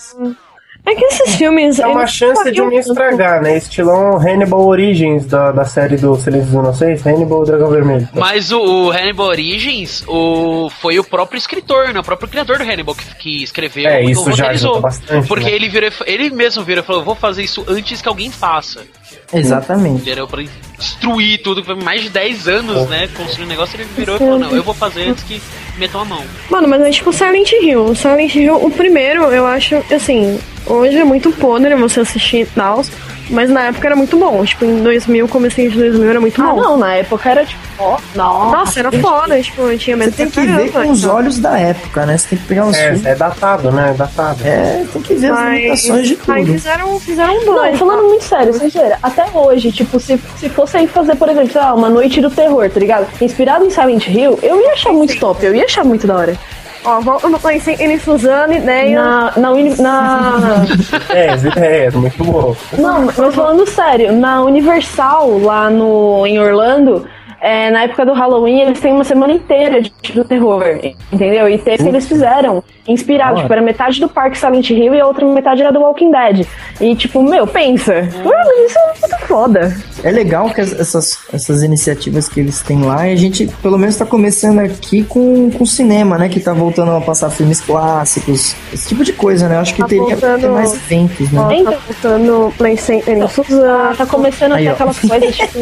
Speaker 9: É que esses filmes.
Speaker 5: É uma
Speaker 9: eles
Speaker 5: chance de um
Speaker 9: faziam-
Speaker 5: estragar, né? Estilão Hannibal Origins da, da série do Silêncio dos Inocentes, Hannibal o Dragão Vermelho.
Speaker 2: Mas o, o Hannibal Origins o, foi o próprio escritor, né? O próprio criador do Hannibal que, que escreveu
Speaker 5: É,
Speaker 2: e
Speaker 5: isso já ajuda bastante,
Speaker 2: porque é
Speaker 5: né?
Speaker 2: ele, virou, e fa- ele mesmo virou e falou, vou fazer isso antes que alguém faça.
Speaker 7: Exatamente.
Speaker 2: Entendeu? Pra destruir tudo. Foi mais de 10 anos, né? Construindo um negócio, ele virou e falou, não, eu vou fazer antes que metam a mão.
Speaker 9: Mano, mas é tipo Silent Hill. O Silent Hill, o primeiro, eu acho, assim, hoje é muito podre você assistir Naus, mas na época era muito bom. Tipo, em 2000, comecinho de 2000 era muito
Speaker 3: Ah,
Speaker 9: bom.
Speaker 3: não, na época era tipo, ó, nossa.
Speaker 9: Nossa, era foda, tipo, eu tinha
Speaker 3: Você
Speaker 9: medo
Speaker 3: tem
Speaker 9: pra
Speaker 3: que ver
Speaker 9: caramba,
Speaker 3: com os
Speaker 9: então.
Speaker 7: olhos da época, né? Você tem que pegar uns
Speaker 5: É,
Speaker 7: filmes.
Speaker 5: é datado, né? É datado.
Speaker 7: É, tem que ver as
Speaker 9: Mas-
Speaker 7: limitações de
Speaker 9: Aí
Speaker 7: tudo.
Speaker 9: fizeram, fizeram um então.
Speaker 3: Não,
Speaker 9: dois.
Speaker 3: falando muito sério, sem zoeira, até hoje, tipo, se, se fosse aí fazer, por exemplo, sei lá, uma noite do terror, tá ligado? Inspirado em Silent Hill, eu ia achar muito top, eu ia achar muito da hora.
Speaker 9: Ó, vamos conhecer Ine Suzane, né?
Speaker 3: Na. Na. uni- na
Speaker 5: É, é, é muito bom.
Speaker 3: não, mas falando sério, na Universal, lá no, em Orlando. é, na época do Halloween, eles têm uma semana inteira de, do terror, entendeu? E teve que eles fizeram, inspirado,
Speaker 7: Olha.
Speaker 3: tipo, era metade do parque Silent Hill e a outra metade era do Walking Dead. E, tipo, meu, pensa, Mano, isso é muito foda.
Speaker 7: É legal que as- essas, essas iniciativas que eles têm lá, e a gente pelo menos tá começando aqui com com o cinema, né? Que tá voltando a passar filmes clássicos, esse tipo de coisa, né? Eu Acho que
Speaker 9: Tá
Speaker 7: teria que ter
Speaker 9: voltando-
Speaker 7: mais eventos, né?
Speaker 9: Ó, tá voltando Play Center em Suzano.
Speaker 3: Então. Tá começando a
Speaker 7: Aí,
Speaker 3: ter
Speaker 7: ó.
Speaker 3: aquelas coisas tipo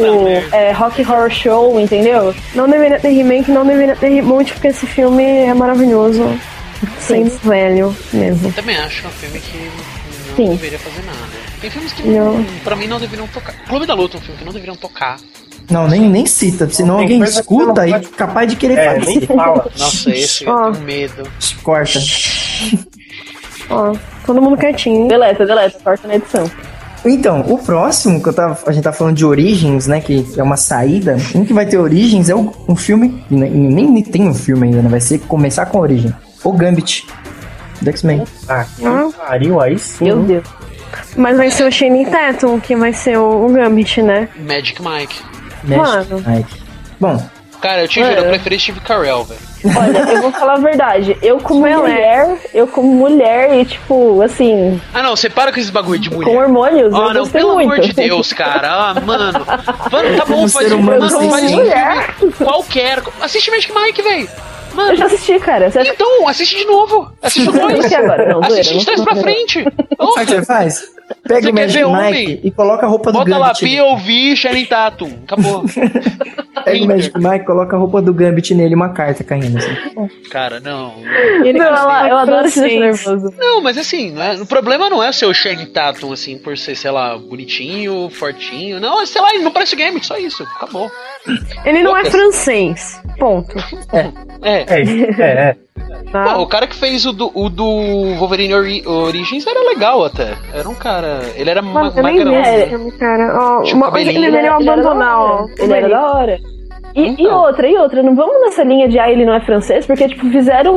Speaker 3: é, rock horror show, entendeu?
Speaker 9: Não deveria ter remake, não deveria ter reboot, porque esse filme é maravilhoso. Sendo velho mesmo.
Speaker 2: Também acho que é um filme que não
Speaker 9: Sim.
Speaker 2: deveria fazer nada. Tem filmes que não, pra mim não deveriam tocar. Clube da Luta é um filme que não deveriam tocar.
Speaker 7: Não, nem, nem cita, senão
Speaker 5: Tem
Speaker 7: alguém
Speaker 5: coisa que
Speaker 7: escuta
Speaker 5: você
Speaker 7: e
Speaker 5: não
Speaker 7: é capaz de querer
Speaker 5: É,
Speaker 7: fazer. tipo
Speaker 5: nem fala.
Speaker 2: Nossa, esse eu tenho medo.
Speaker 7: Corta.
Speaker 9: Ó, todo mundo quietinho.
Speaker 3: Deleta, deleta, corta na edição.
Speaker 7: Então, o próximo que eu tava, a gente tá falando de Origins, né? Que é uma saída. Um que vai ter Origins é o- um filme. Nem, nem tem um filme ainda, né? Vai ser começar com a Origin. O Gambit. Do X-Men.
Speaker 5: Ah, que pariu, aí sim.
Speaker 3: Meu Deus.
Speaker 9: Mas vai ser o Shane Tatum que vai ser o, o Gambit, né?
Speaker 2: Magic Mike.
Speaker 7: Mexe.
Speaker 9: Mano.
Speaker 7: Ai. Bom,
Speaker 2: Cara,
Speaker 5: É.
Speaker 2: eu te juro, eu preferi Steve Carell, velho.
Speaker 3: Olha, eu vou falar a verdade. Eu como
Speaker 9: é
Speaker 3: mulher, eu como mulher e tipo, assim,
Speaker 2: Ah não, você para com esses bagulho de mulher.
Speaker 3: com hormônios,
Speaker 2: Ah, não,
Speaker 3: eu gostei
Speaker 2: pelo
Speaker 3: muito.
Speaker 2: amor de Deus, cara. Ah, mano. Mano, tá bom,
Speaker 7: Como
Speaker 2: faz
Speaker 7: ser
Speaker 2: um
Speaker 7: humano
Speaker 2: mano,
Speaker 7: sem
Speaker 2: faz um
Speaker 3: mulher.
Speaker 2: filme qualquer. Assiste Magic Mike, velho.
Speaker 3: Eu
Speaker 2: Mano,
Speaker 3: já assisti, cara. Você acha que
Speaker 2: então, assiste de novo. Assiste o
Speaker 3: eu
Speaker 2: dois.
Speaker 3: assisti agora? Não, zoeira,
Speaker 2: Assiste de trás
Speaker 3: não-
Speaker 2: pra frente.
Speaker 7: sabe o que você faz? Pega
Speaker 2: Você
Speaker 7: o
Speaker 2: quer
Speaker 7: Magic
Speaker 2: ver
Speaker 7: Mike
Speaker 2: homem?
Speaker 7: e coloca a roupa do
Speaker 2: Bota lá,
Speaker 7: Gambit. nele.
Speaker 2: POV, Shannon Tatum. Acabou.
Speaker 7: Pega o Magic Mike, coloca a roupa do Gambit nele e uma carta caindo. assim.
Speaker 2: Cara, não.
Speaker 9: Ele
Speaker 3: Não,
Speaker 9: gostei.
Speaker 3: ela- eu adoro esse
Speaker 9: Francês.
Speaker 3: nervoso.
Speaker 2: Não, mas assim, não é- o problema não é ser o Shane Tatum, assim, por ser, sei lá, bonitinho, fortinho. Não, é, sei lá, ele não parece game, só isso. Acabou.
Speaker 9: Ele não é
Speaker 2: Lucas.
Speaker 9: francês. Ponto.
Speaker 2: É.
Speaker 5: É, é, é.
Speaker 9: Tá?
Speaker 2: Pô, o cara que fez o do, o do Wolverine Ori- Origins era legal até. Era um cara. Ele era ma
Speaker 9: Mano, eu nem
Speaker 2: magrão.
Speaker 9: vi é, esse
Speaker 2: né?
Speaker 9: filme, cara. Ó,
Speaker 2: Tipo,
Speaker 9: uma coisa que
Speaker 2: ele-
Speaker 9: ele deveria
Speaker 3: era da
Speaker 9: abandonar,
Speaker 3: hora.
Speaker 9: ó.
Speaker 3: é Ele é era da hora. E, e
Speaker 2: Então.
Speaker 3: outra, e outra, não vamos nessa linha de ah, ele não é francês, porque, tipo, fizeram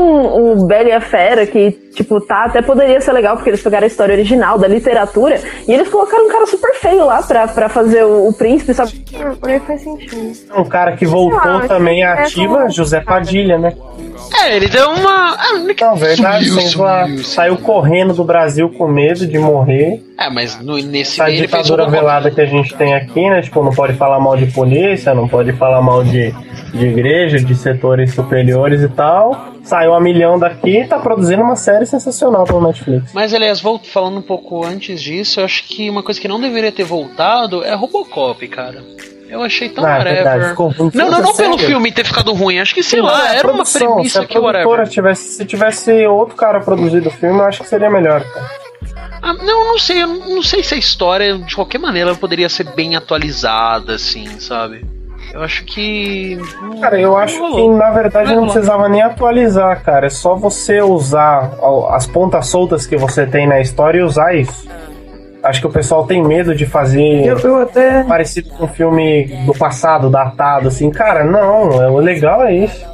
Speaker 3: o Bela e a Fera, que, tipo, tá, até poderia ser legal, porque eles pegaram a história original da literatura, e eles colocaram um cara super feio lá pra, pra fazer o, o príncipe, sabe?
Speaker 9: Ele faz sentido.
Speaker 5: Um cara que voltou
Speaker 9: Sei lá,
Speaker 5: também à
Speaker 9: é
Speaker 5: ativa,
Speaker 9: como-
Speaker 5: José Padilha, né?
Speaker 2: É, ele deu uma. Ah, não é que-
Speaker 5: Não, verdade,
Speaker 2: Sumiu,
Speaker 5: sem zoar.
Speaker 2: sumiu,
Speaker 5: saiu correndo do Brasil com medo de morrer.
Speaker 2: É, mas no, nesse
Speaker 5: Essa
Speaker 2: meio ele fez um
Speaker 5: ditadura
Speaker 2: pouco-
Speaker 5: velada que a gente tem aqui, né? Tipo, não pode falar mal de polícia, não pode falar mal de, de igreja, de setores superiores e tal. Saiu a milhão daqui e tá produzindo uma série sensacional pelo Netflix.
Speaker 2: Mas, aliás, vol- falando um pouco antes disso, eu acho que uma coisa que não deveria ter voltado é Robocop, cara. Eu achei tão
Speaker 5: Ah, é
Speaker 2: whatever.
Speaker 5: verdade, ficou ruim.
Speaker 2: Não, não, não
Speaker 5: Sério?
Speaker 2: pelo filme ter ficado ruim. Acho que, sei
Speaker 5: Não,
Speaker 2: lá,
Speaker 5: é
Speaker 2: era uma
Speaker 5: produção. se
Speaker 2: premissa
Speaker 5: a
Speaker 2: que
Speaker 5: produtora
Speaker 2: whatever.
Speaker 5: tivesse, se tivesse outro cara produzido o filme, eu acho que seria melhor. cara.
Speaker 2: Ah, não, não sei. Eu não não sei se a história, de qualquer maneira, ela poderia ser bem atualizada, assim, sabe? Eu acho que. hum,
Speaker 5: Cara, eu
Speaker 2: não
Speaker 5: acho que
Speaker 2: rolou.
Speaker 5: na verdade
Speaker 2: Vai
Speaker 5: não
Speaker 2: rolar.
Speaker 5: precisava nem atualizar, cara. É só você usar a- as pontas soltas que você tem na história e usar isso. Acho que o pessoal tem medo de fazer
Speaker 7: Eu, eu até.
Speaker 5: parecido com um filme do passado, datado, assim. Cara, não, é- o legal é isso.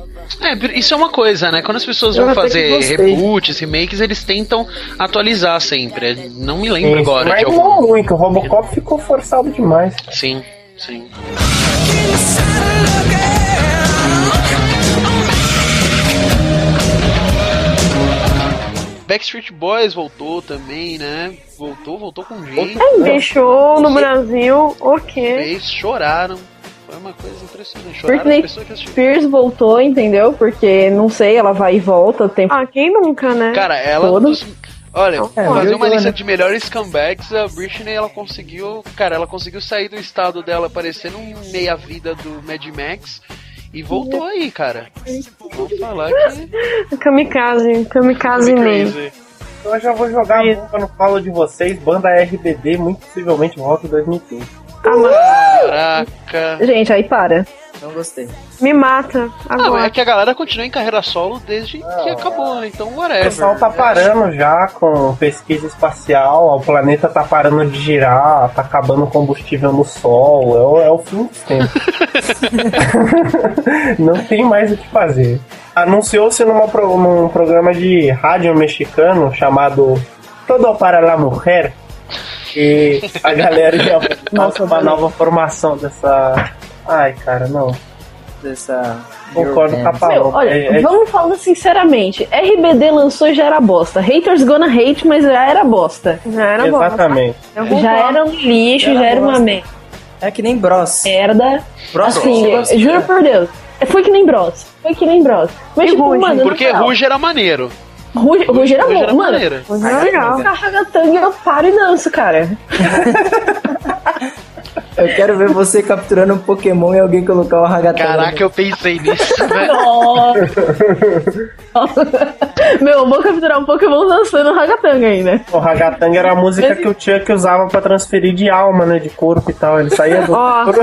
Speaker 2: É, isso é uma coisa, né? Quando as pessoas
Speaker 7: Eu
Speaker 2: vão
Speaker 7: até que
Speaker 2: fazer
Speaker 7: gostei.
Speaker 2: reboots, remakes, eles tentam atualizar sempre. É, Não me lembro
Speaker 5: Isso.
Speaker 2: agora
Speaker 5: Mas
Speaker 2: de
Speaker 5: não
Speaker 2: algum.
Speaker 5: muito, o Robocop ficou forçado demais.
Speaker 2: Sim, sim. Backstreet Boys voltou também, né? Voltou, voltou com jeito.
Speaker 9: Deixou no Brasil, ok.
Speaker 2: Eles choraram. Foi uma coisa impressionante. Choraram as
Speaker 3: Britney
Speaker 2: pessoas que assistiram.
Speaker 3: Spears voltou, entendeu? Porque, não sei, ela vai e volta o tempo.
Speaker 9: Ah, quem nunca, né?
Speaker 2: Cara, ela. é
Speaker 3: Todos.
Speaker 2: Olha,
Speaker 3: É,
Speaker 2: fazer
Speaker 3: eu
Speaker 2: uma
Speaker 3: tô,
Speaker 2: lista
Speaker 3: né?
Speaker 2: de melhores comebacks, a Britney ela conseguiu. Cara, ela conseguiu sair do estado dela parecendo um meia-vida do Mad Max e voltou aí, cara. Vamos falar que.
Speaker 9: Kamikaze, kamikaze mesmo.
Speaker 5: Então Eu já vou jogar a bomba no colo de vocês, banda RBD, muito possivelmente volta em 2015.
Speaker 2: Caraca.
Speaker 3: Gente, aí para.
Speaker 7: Não gostei.
Speaker 9: Me mata
Speaker 2: Ah, mas
Speaker 9: agora.
Speaker 2: é que a galera continua em carreira solo desde que acabou, né? Então,
Speaker 5: O
Speaker 2: whatever.
Speaker 5: pessoal tá parando já com pesquisa espacial, o planeta tá parando de girar, tá acabando o combustível no Sol, é o, é o fim dos tempos. Não tem mais o que fazer. Anunciou-se numa pro- num programa de rádio mexicano chamado Todo para la Mujer, que a galera já nossa uma nova formação dessa... Ai, cara, não.
Speaker 7: Dessa...
Speaker 5: Concordo com a
Speaker 3: Meu,
Speaker 5: Paola.
Speaker 3: olha,
Speaker 5: É- é-
Speaker 3: vamos falar sinceramente. RBD lançou e já era bosta. Haters gonna hate, mas já era bosta.
Speaker 9: Já era
Speaker 5: Exatamente.
Speaker 3: Já era um lixo, já era uma merda.
Speaker 7: É que nem Bros.
Speaker 3: merda.
Speaker 7: Bros,
Speaker 3: assim,
Speaker 7: Bros.
Speaker 3: eu- juro por Deus. Foi que nem Bros. Foi que nem Bros. Mas, tipo, mano,
Speaker 2: Porque Ruge era maneiro.
Speaker 3: Ruge, Ruge era
Speaker 2: Ruge
Speaker 3: bom.
Speaker 2: era
Speaker 3: mano,
Speaker 2: maneiro.
Speaker 3: Ruge era legal. Carragatanga, eu paro e danço, cara.
Speaker 7: Eu quero ver você capturando um Pokémon e alguém colocar o Hagatanga.
Speaker 2: Caraca, eu pensei nisso, velho.
Speaker 3: Nossa. Meu, eu vou capturar um Pokémon dançando ragatanga ainda.
Speaker 5: O ragatanga era a música
Speaker 3: Mas-
Speaker 5: que o Chuck usava pra transferir de alma, né? De corpo e tal. Ele saía do
Speaker 9: Ó.
Speaker 5: corpo.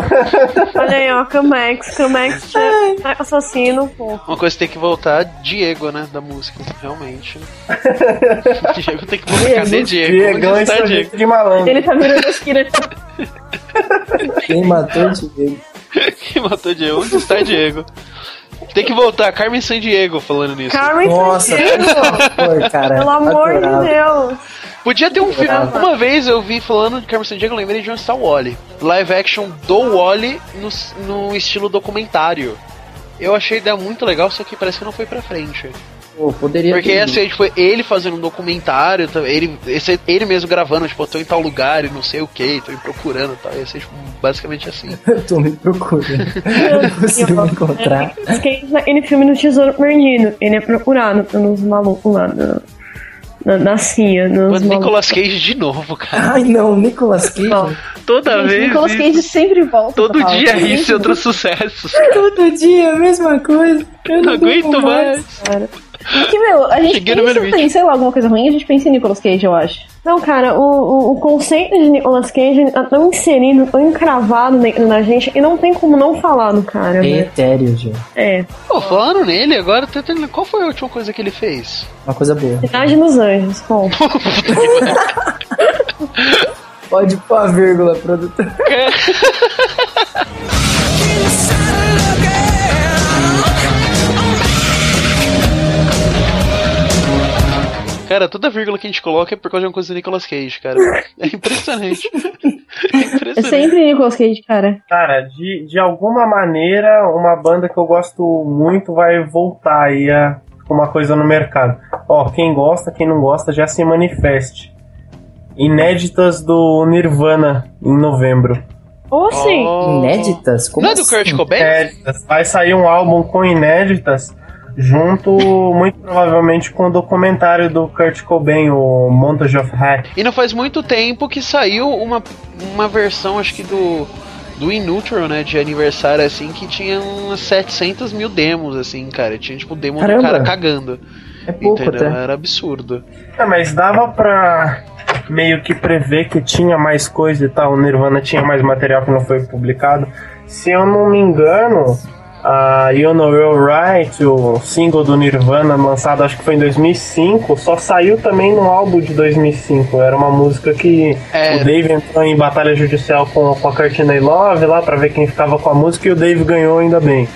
Speaker 9: Olha aí, ó, Kamex, Kamex assassino, pô.
Speaker 2: Uma coisa que tem que voltar, Diego, né? Da música, realmente. Diego tem que voltar. Cadê Diego?
Speaker 5: Diegão
Speaker 2: Onde
Speaker 5: e
Speaker 2: está
Speaker 5: seu
Speaker 2: Diego?
Speaker 5: jeito de malandro.
Speaker 3: Ele tá virando esquina.
Speaker 7: Quem matou o Diego?
Speaker 2: Quem matou Diego? Onde está Diego? Tem que voltar, Carmen San Diego falando nisso.
Speaker 9: Carmen
Speaker 7: Nossa,
Speaker 9: Sandiego,
Speaker 7: Pô, cara.
Speaker 9: pelo amor
Speaker 7: adorava.
Speaker 9: de Deus.
Speaker 2: Podia ter um filme. Uma vez eu vi falando de Carmen San Diego, eu lembrei de onde está o Wally. Live action do Wally no, no estilo documentário. Eu achei a ideia muito legal, só que parece que não foi pra frente.
Speaker 7: Pô,
Speaker 3: é
Speaker 7: poderia
Speaker 2: Porque
Speaker 7: ter ido.
Speaker 2: assim, foi ele fazendo um documentário, tá- ele, esse- ele mesmo gravando, tipo, eu tô em tal lugar e não sei o que, tô me procurando e tal. Ia ser tipo, basicamente assim.
Speaker 7: Eu tô me procurando. Eu não consigo me encontrar.
Speaker 9: Quem tá aquele filme do Tesouro Perdido, ele é procurado pelos malucos lá da, da, da CIA, nos
Speaker 2: Mano,
Speaker 9: malucos.
Speaker 2: Nicolas Cage de novo, cara.
Speaker 7: Ai não, Nicolas Cage.
Speaker 2: Toda
Speaker 3: Gente,
Speaker 2: vez.
Speaker 3: Nicolas
Speaker 2: isso.
Speaker 3: Cage sempre volta.
Speaker 2: Todo
Speaker 3: Paulo.
Speaker 2: dia isso e outros sucessos.
Speaker 7: Todo dia, a mesma coisa. Eu
Speaker 2: Não aguento mais.
Speaker 3: Que, meu, a gente
Speaker 2: Cheguei no meu
Speaker 3: pensa,
Speaker 2: limite.
Speaker 3: tem, sei lá, alguma coisa ruim, a gente pensa em Nicolas Cage, eu acho.
Speaker 9: Não, Então, cara, o, o, o conceito de Nicolas Cage tá tão inserido, tão encravado dentro da gente, e não tem como não falar do cara,
Speaker 7: É
Speaker 9: né?
Speaker 7: etéreo, gente.
Speaker 9: É,
Speaker 2: Pô, falando nele agora, tô tentando- qual foi a última coisa que ele fez?
Speaker 7: Uma coisa boa.
Speaker 9: Cidade dos Anjos, pô.
Speaker 2: Ah,
Speaker 7: Pode pôr a vírgula, produtor.
Speaker 2: Cara, toda vírgula que a gente coloca é por causa de uma coisa do Nicolas Cage, cara. É impressionante. É
Speaker 3: É
Speaker 2: impressionante.
Speaker 3: sempre Nicolas Cage, cara.
Speaker 5: Cara, de, de alguma maneira, uma banda que eu gosto muito vai voltar aí a com uma coisa no mercado. Ó, quem gosta, quem não gosta, já se manifeste. Inéditas do Nirvana em novembro.
Speaker 9: Ou assim,
Speaker 2: Oh.
Speaker 7: Inéditas? Como
Speaker 2: Não é do
Speaker 7: assim?
Speaker 2: Kurt Cobain?
Speaker 5: Inéditas. Vai sair um álbum com inéditas, junto, muito provavelmente, com o documentário do Kurt Cobain, o Montage of Hack.
Speaker 2: E não faz muito tempo que saiu uma, uma versão, acho que do do Inutro, né, de aniversário, assim, que tinha umas 700 mil demos, assim, cara. Tinha, tipo, demo do
Speaker 7: Caramba.
Speaker 2: cara cagando.
Speaker 7: É pouco
Speaker 2: entendeu?
Speaker 7: até.
Speaker 2: Era absurdo.
Speaker 5: É, mas dava pra meio que prever que tinha mais coisa e tal. O Nirvana tinha mais material que não foi publicado. Se eu não me engano, a You Know You're Right, o single do Nirvana, lançado acho que foi em 2005, só saiu também no álbum de 2005. Era uma música que
Speaker 2: É.
Speaker 5: o Dave entrou em batalha judicial com, com a Courtney Love lá pra ver quem ficava com a música e o Dave ganhou ainda bem.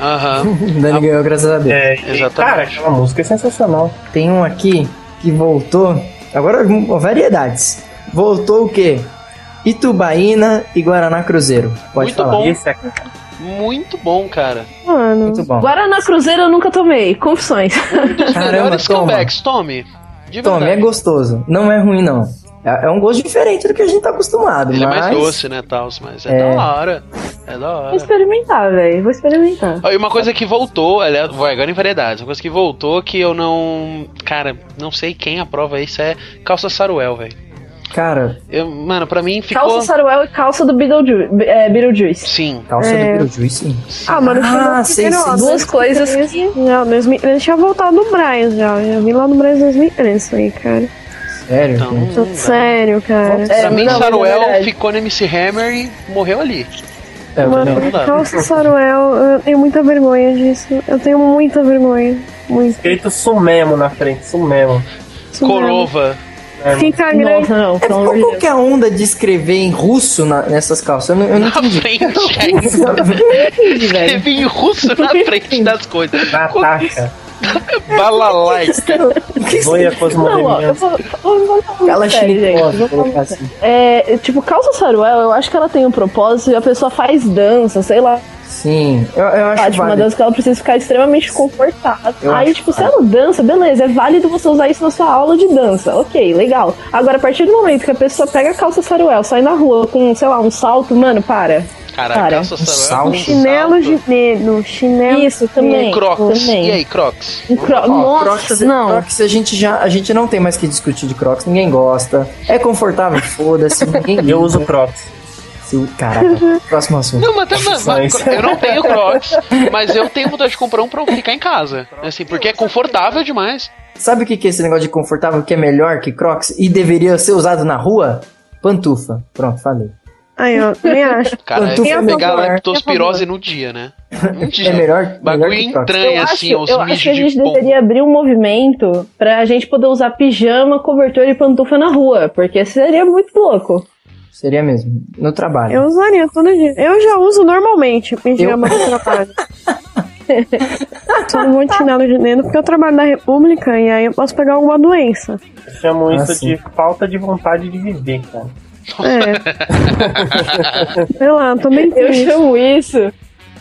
Speaker 2: Aham.
Speaker 5: né?
Speaker 7: Dani ganhou, graças a Deus.
Speaker 5: É, e,
Speaker 2: Exatamente.
Speaker 5: cara, aquela música é sensacional.
Speaker 7: Tem um aqui que voltou. Agora, hum, variedades. Voltou o quê? Itubaína e Guaraná Cruzeiro. Pode
Speaker 2: Muito
Speaker 7: falar.
Speaker 2: bom.
Speaker 5: Isso é
Speaker 2: Muito bom, cara.
Speaker 9: mano.
Speaker 7: Muito bom.
Speaker 3: Guaraná Cruzeiro eu nunca tomei, confissões.
Speaker 2: Um dos
Speaker 7: Caramba,
Speaker 2: melhores
Speaker 7: toma.
Speaker 2: comebacks, Tommy. De
Speaker 7: Tome, é
Speaker 2: verdade.
Speaker 7: gostoso. Não é ruim, não. É é um gosto diferente do que a gente tá acostumado.
Speaker 2: Ele
Speaker 7: mas...
Speaker 2: é mais doce, né, Taos? Mas é,
Speaker 7: É.
Speaker 2: da hora. É da hora.
Speaker 3: Vou experimentar, velho. Vou experimentar.
Speaker 2: Ó, E uma coisa que voltou, aliás, vai, agora em variedades, uma coisa que voltou que eu não. Cara, não sei quem aprova isso é calça saruel, velho.
Speaker 7: Cara,
Speaker 2: Eu- Mano, pra mim ficou.
Speaker 3: Calça Saruel e calça do Beetleju- Be- é, Beetlejuice.
Speaker 2: Sim.
Speaker 7: calça
Speaker 3: É.
Speaker 7: do Beetlejuice, sim.
Speaker 9: Ah, mano,
Speaker 7: Ah, sei, sei.
Speaker 9: duas coisas que... Não, 2013 eu tinha voltado no Brian já. Eu já vi lá no Brian 2013 isso aí, cara.
Speaker 7: Sério?
Speaker 2: Então,
Speaker 3: Hum,
Speaker 9: Tô sério, cara.
Speaker 2: pra mim, Saruel ficou no MC Hammer e morreu ali.
Speaker 7: É,
Speaker 2: não, não
Speaker 9: Mano,
Speaker 2: dá.
Speaker 9: calça Saruel, eu tenho muita vergonha disso. Eu tenho muita vergonha. Muito.
Speaker 5: Escrito sumemo na frente, sumemo.
Speaker 9: Isso mesmo.
Speaker 2: Corova.
Speaker 9: Fica grande.
Speaker 3: Nossa, não.
Speaker 7: É,
Speaker 3: pelo
Speaker 7: qual,
Speaker 3: amor de
Speaker 7: qual
Speaker 3: Deus.
Speaker 7: que é a onda de escrever em russo na- nessas calças? Eu não, eu não
Speaker 2: Na
Speaker 7: entendi.
Speaker 2: frente, É, aí
Speaker 3: Entendi, é velho.
Speaker 2: teve em russo na frente das coisas.
Speaker 5: Natasha,
Speaker 2: Balalai.
Speaker 9: é
Speaker 3: Não, ó,
Speaker 5: Zoya
Speaker 3: eu
Speaker 5: Cosmodeminha.
Speaker 3: vou, eu vou, vou falar
Speaker 7: Ela
Speaker 3: sério, gente. Eu vou falar
Speaker 7: colocar assim.
Speaker 3: É, tipo, calça saruel, eu acho que ela tem um propósito e a pessoa faz dança, sei lá.
Speaker 7: Sim, eu, eu acho
Speaker 2: É
Speaker 3: tipo, uma
Speaker 7: válido.
Speaker 3: dança que ela precisa ficar extremamente confortável.
Speaker 7: Eu
Speaker 3: Aí,
Speaker 7: acho
Speaker 3: tipo, se ela dança, beleza, é válido você usar isso na sua aula de dança. Ok, legal. Agora, a partir do momento que a pessoa pega a calça saruel, sai na rua com, sei lá, um salto, mano, para.
Speaker 2: Caraca,
Speaker 3: Cara,
Speaker 2: calça
Speaker 7: um
Speaker 2: Saruel.
Speaker 7: salto.
Speaker 2: com
Speaker 9: Chinelo
Speaker 2: salto.
Speaker 9: chinelo, chinelo.
Speaker 3: Isso, também.
Speaker 2: Um Crocs.
Speaker 3: Também.
Speaker 2: E aí, Crocs?
Speaker 3: Um cro-
Speaker 7: Ó,
Speaker 3: Nossa,
Speaker 7: Crocs,
Speaker 3: não.
Speaker 7: Crocs a gente já a gente não tem mais que discutir de Crocs, ninguém gosta. É confortável, foda-se, ninguém liga.
Speaker 5: Eu uso Crocs.
Speaker 7: Se- Caraca, próximo assunto.
Speaker 2: Não, mas, tá- mas-
Speaker 7: é
Speaker 2: mas-
Speaker 5: Mas-
Speaker 2: eu não tenho Crocs, mas eu tenho vontade de comprar um pra eu ficar em casa. Assim, porque é confortável demais.
Speaker 7: Sabe o que que é esse negócio de confortável que é melhor que Crocs e deveria ser usado na rua? Pantufa. Pronto, falei.
Speaker 9: Aí, ó, nem acho.
Speaker 2: Cara,
Speaker 7: Pantufa
Speaker 2: eu
Speaker 7: é melhor.
Speaker 2: pegar leptospirose no dia, né? Um dia.
Speaker 7: É melhor, melhor
Speaker 2: Bagulho
Speaker 7: que Crocs.
Speaker 2: entranha,
Speaker 3: eu
Speaker 2: assim,
Speaker 3: acho,
Speaker 2: os
Speaker 3: eu acho que a
Speaker 2: mijos de
Speaker 3: gente
Speaker 2: pombo.
Speaker 3: deveria abrir um movimento pra gente poder usar pijama, cobertor e pantufa na rua, porque seria muito louco.
Speaker 7: Seria mesmo. No trabalho.
Speaker 9: Eu usaria todo dia. Eu já uso normalmente pijama pro trabalho. Todo mundo de chinelo de dedo, porque eu trabalho na República e aí eu posso pegar alguma doença.
Speaker 5: Eu chamo
Speaker 7: Ah,
Speaker 5: isso
Speaker 7: sim.
Speaker 5: de falta de vontade de viver, cara.
Speaker 9: É. Sei lá, eu tô bem
Speaker 3: Eu
Speaker 9: triste.
Speaker 3: chamo isso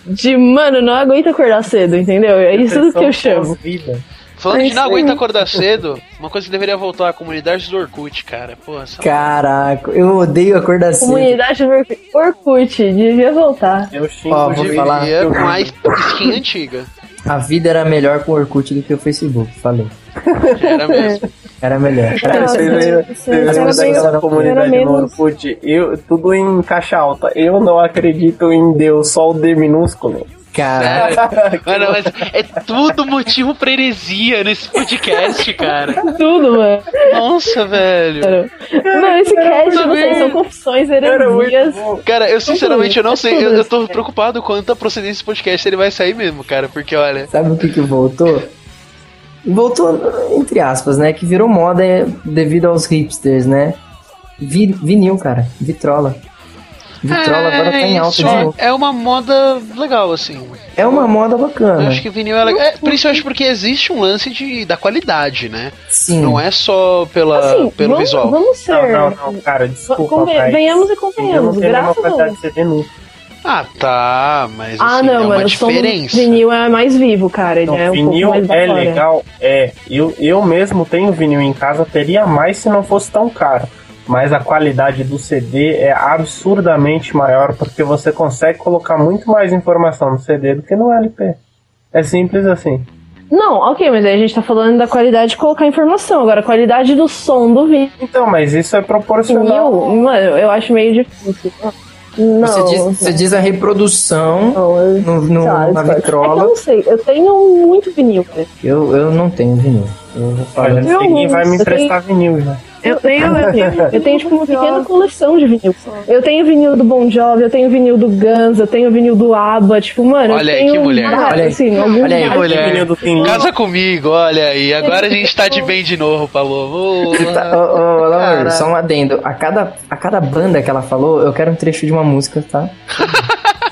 Speaker 3: de, mano, não aguento acordar cedo, entendeu? É isso que eu chamo.
Speaker 5: Vida.
Speaker 2: Falando
Speaker 9: É
Speaker 2: de não
Speaker 9: isso
Speaker 2: aguenta
Speaker 9: aí.
Speaker 2: acordar cedo, uma coisa que deveria voltar à comunidade do Orkut, cara. Pô, essa...
Speaker 7: Caraca, eu odeio acordar cedo.
Speaker 3: Comunidade Orkut- Orkut, devia voltar.
Speaker 5: Eu xingo
Speaker 7: Ó, vou
Speaker 5: de
Speaker 7: falar.
Speaker 2: deveria
Speaker 5: eu-
Speaker 2: é mais skin antiga.
Speaker 7: A vida era melhor com o Orkut do que o Facebook. Falei.
Speaker 2: Era mesmo.
Speaker 7: Era melhor.
Speaker 3: É,
Speaker 7: Era
Speaker 5: Cara,
Speaker 9: Nossa,
Speaker 5: vocês lembram- vocês
Speaker 9: era
Speaker 3: um
Speaker 5: lembram
Speaker 9: meio-
Speaker 5: daquela
Speaker 9: era
Speaker 5: comunidade
Speaker 9: menos-
Speaker 5: no Orkut? Eu, tudo em caixa alta. Eu não acredito em Deus, só o D minúsculo.
Speaker 7: Caraca.
Speaker 2: Era. Mano, mas é tudo motivo pra heresia nesse podcast, cara.
Speaker 3: Tudo, mano.
Speaker 2: Nossa, velho.
Speaker 3: Mano, esse cast, eu não sei,
Speaker 2: também.
Speaker 3: são confissões,
Speaker 5: Era muito
Speaker 3: heresias.
Speaker 5: bom.
Speaker 2: Cara, eu sinceramente eu não sei, eu,
Speaker 3: tudo
Speaker 2: eu tô preocupado quanto a procedência desse podcast ele vai sair mesmo, cara, porque olha,
Speaker 7: Sabe o que que voltou? Voltou, entre aspas, né? Que virou moda é, devido aos hipsters, né? Vi, vinil, cara. Vitrola. Vitrola agora tá em alta
Speaker 2: isso
Speaker 7: de novo.
Speaker 2: é uma moda legal, assim.
Speaker 7: É uma moda
Speaker 2: Eu
Speaker 7: bacana.
Speaker 2: acho que vinil é legal. É, principalmente porque existe um lance de, da qualidade, né?
Speaker 7: Sim.
Speaker 2: Não é só pela,
Speaker 3: Assim,
Speaker 2: pelo
Speaker 3: vamos,
Speaker 2: visual.
Speaker 3: vamos ser.
Speaker 5: Não, não, não, cara, desculpa,
Speaker 3: Conven-
Speaker 5: mas
Speaker 3: venhamos e
Speaker 5: Eu não
Speaker 3: convenhamos,
Speaker 5: tenho a menor
Speaker 3: graças a
Speaker 5: quantidade
Speaker 3: Deus.
Speaker 5: de CD nunca.
Speaker 2: Ah, tá, mas assim,
Speaker 3: Ah,
Speaker 2: é
Speaker 3: não,
Speaker 2: uma
Speaker 3: mano, o
Speaker 9: um
Speaker 3: som do
Speaker 2: diferença.
Speaker 3: vinil é mais vivo, cara. Ele
Speaker 5: Não,
Speaker 3: é um
Speaker 5: vinil
Speaker 3: pouco mais da
Speaker 5: é
Speaker 3: hora.
Speaker 5: legal, é. Eu, eu mesmo tenho vinil em casa, teria mais se não fosse tão caro. Mas a qualidade do CD é absurdamente maior porque você consegue colocar muito mais informação no CD do que no LP. É simples assim.
Speaker 3: Não, ok, mas aí a gente tá falando da qualidade de colocar informação. Agora, a qualidade do som do vinil,
Speaker 5: Então, mas isso é proporcional.
Speaker 3: mano, eu acho meio difícil. Não,
Speaker 7: Você, diz, você diz a reprodução
Speaker 3: não, eu...
Speaker 7: no, no-
Speaker 3: sei lá,
Speaker 7: na
Speaker 3: discordo. É que eu
Speaker 7: vitrola.
Speaker 3: não sei, eu tenho muito vinil, cara.
Speaker 7: Eu, eu não tenho vinil. Eu vou falar.
Speaker 5: Olha,
Speaker 3: Meu
Speaker 5: ninguém vai me
Speaker 3: Deus,
Speaker 5: emprestar vinil né? já.
Speaker 9: Eu tenho.
Speaker 3: Eu tenho, tipo, uma
Speaker 9: Bon Jovi.
Speaker 3: pequena coleção de vinil. Eu tenho vinil do Bon Jovi, eu tenho vinil do Guns, eu tenho vinil do ABBA, tipo, mano... eu
Speaker 2: Olha aí,
Speaker 3: tenho
Speaker 2: que mulher.
Speaker 3: vários,
Speaker 7: Olha aí.
Speaker 3: assim, alguns
Speaker 7: Olha aí,
Speaker 3: vários.
Speaker 2: É, mulher.
Speaker 5: Vinil do Tim Lin.
Speaker 2: Casa comigo, olha aí. Agora a gente tá de bem de novo, Paloma. Ô,
Speaker 7: Tá, ô, ô, ô, Laura,
Speaker 2: Cara.
Speaker 7: só um adendo. A cada, a cada banda que ela falou, eu quero um trecho de uma música, tá?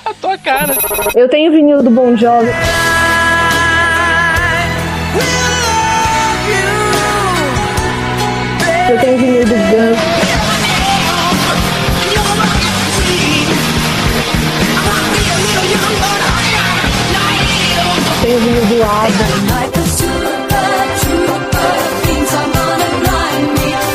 Speaker 2: a tua cara.
Speaker 3: Eu tenho vinil do Bon Jovi. Eu tenho vinil do Guns. Tenho vinil do ABBA.
Speaker 6: Life is too bad, too bad. Things I'm gonna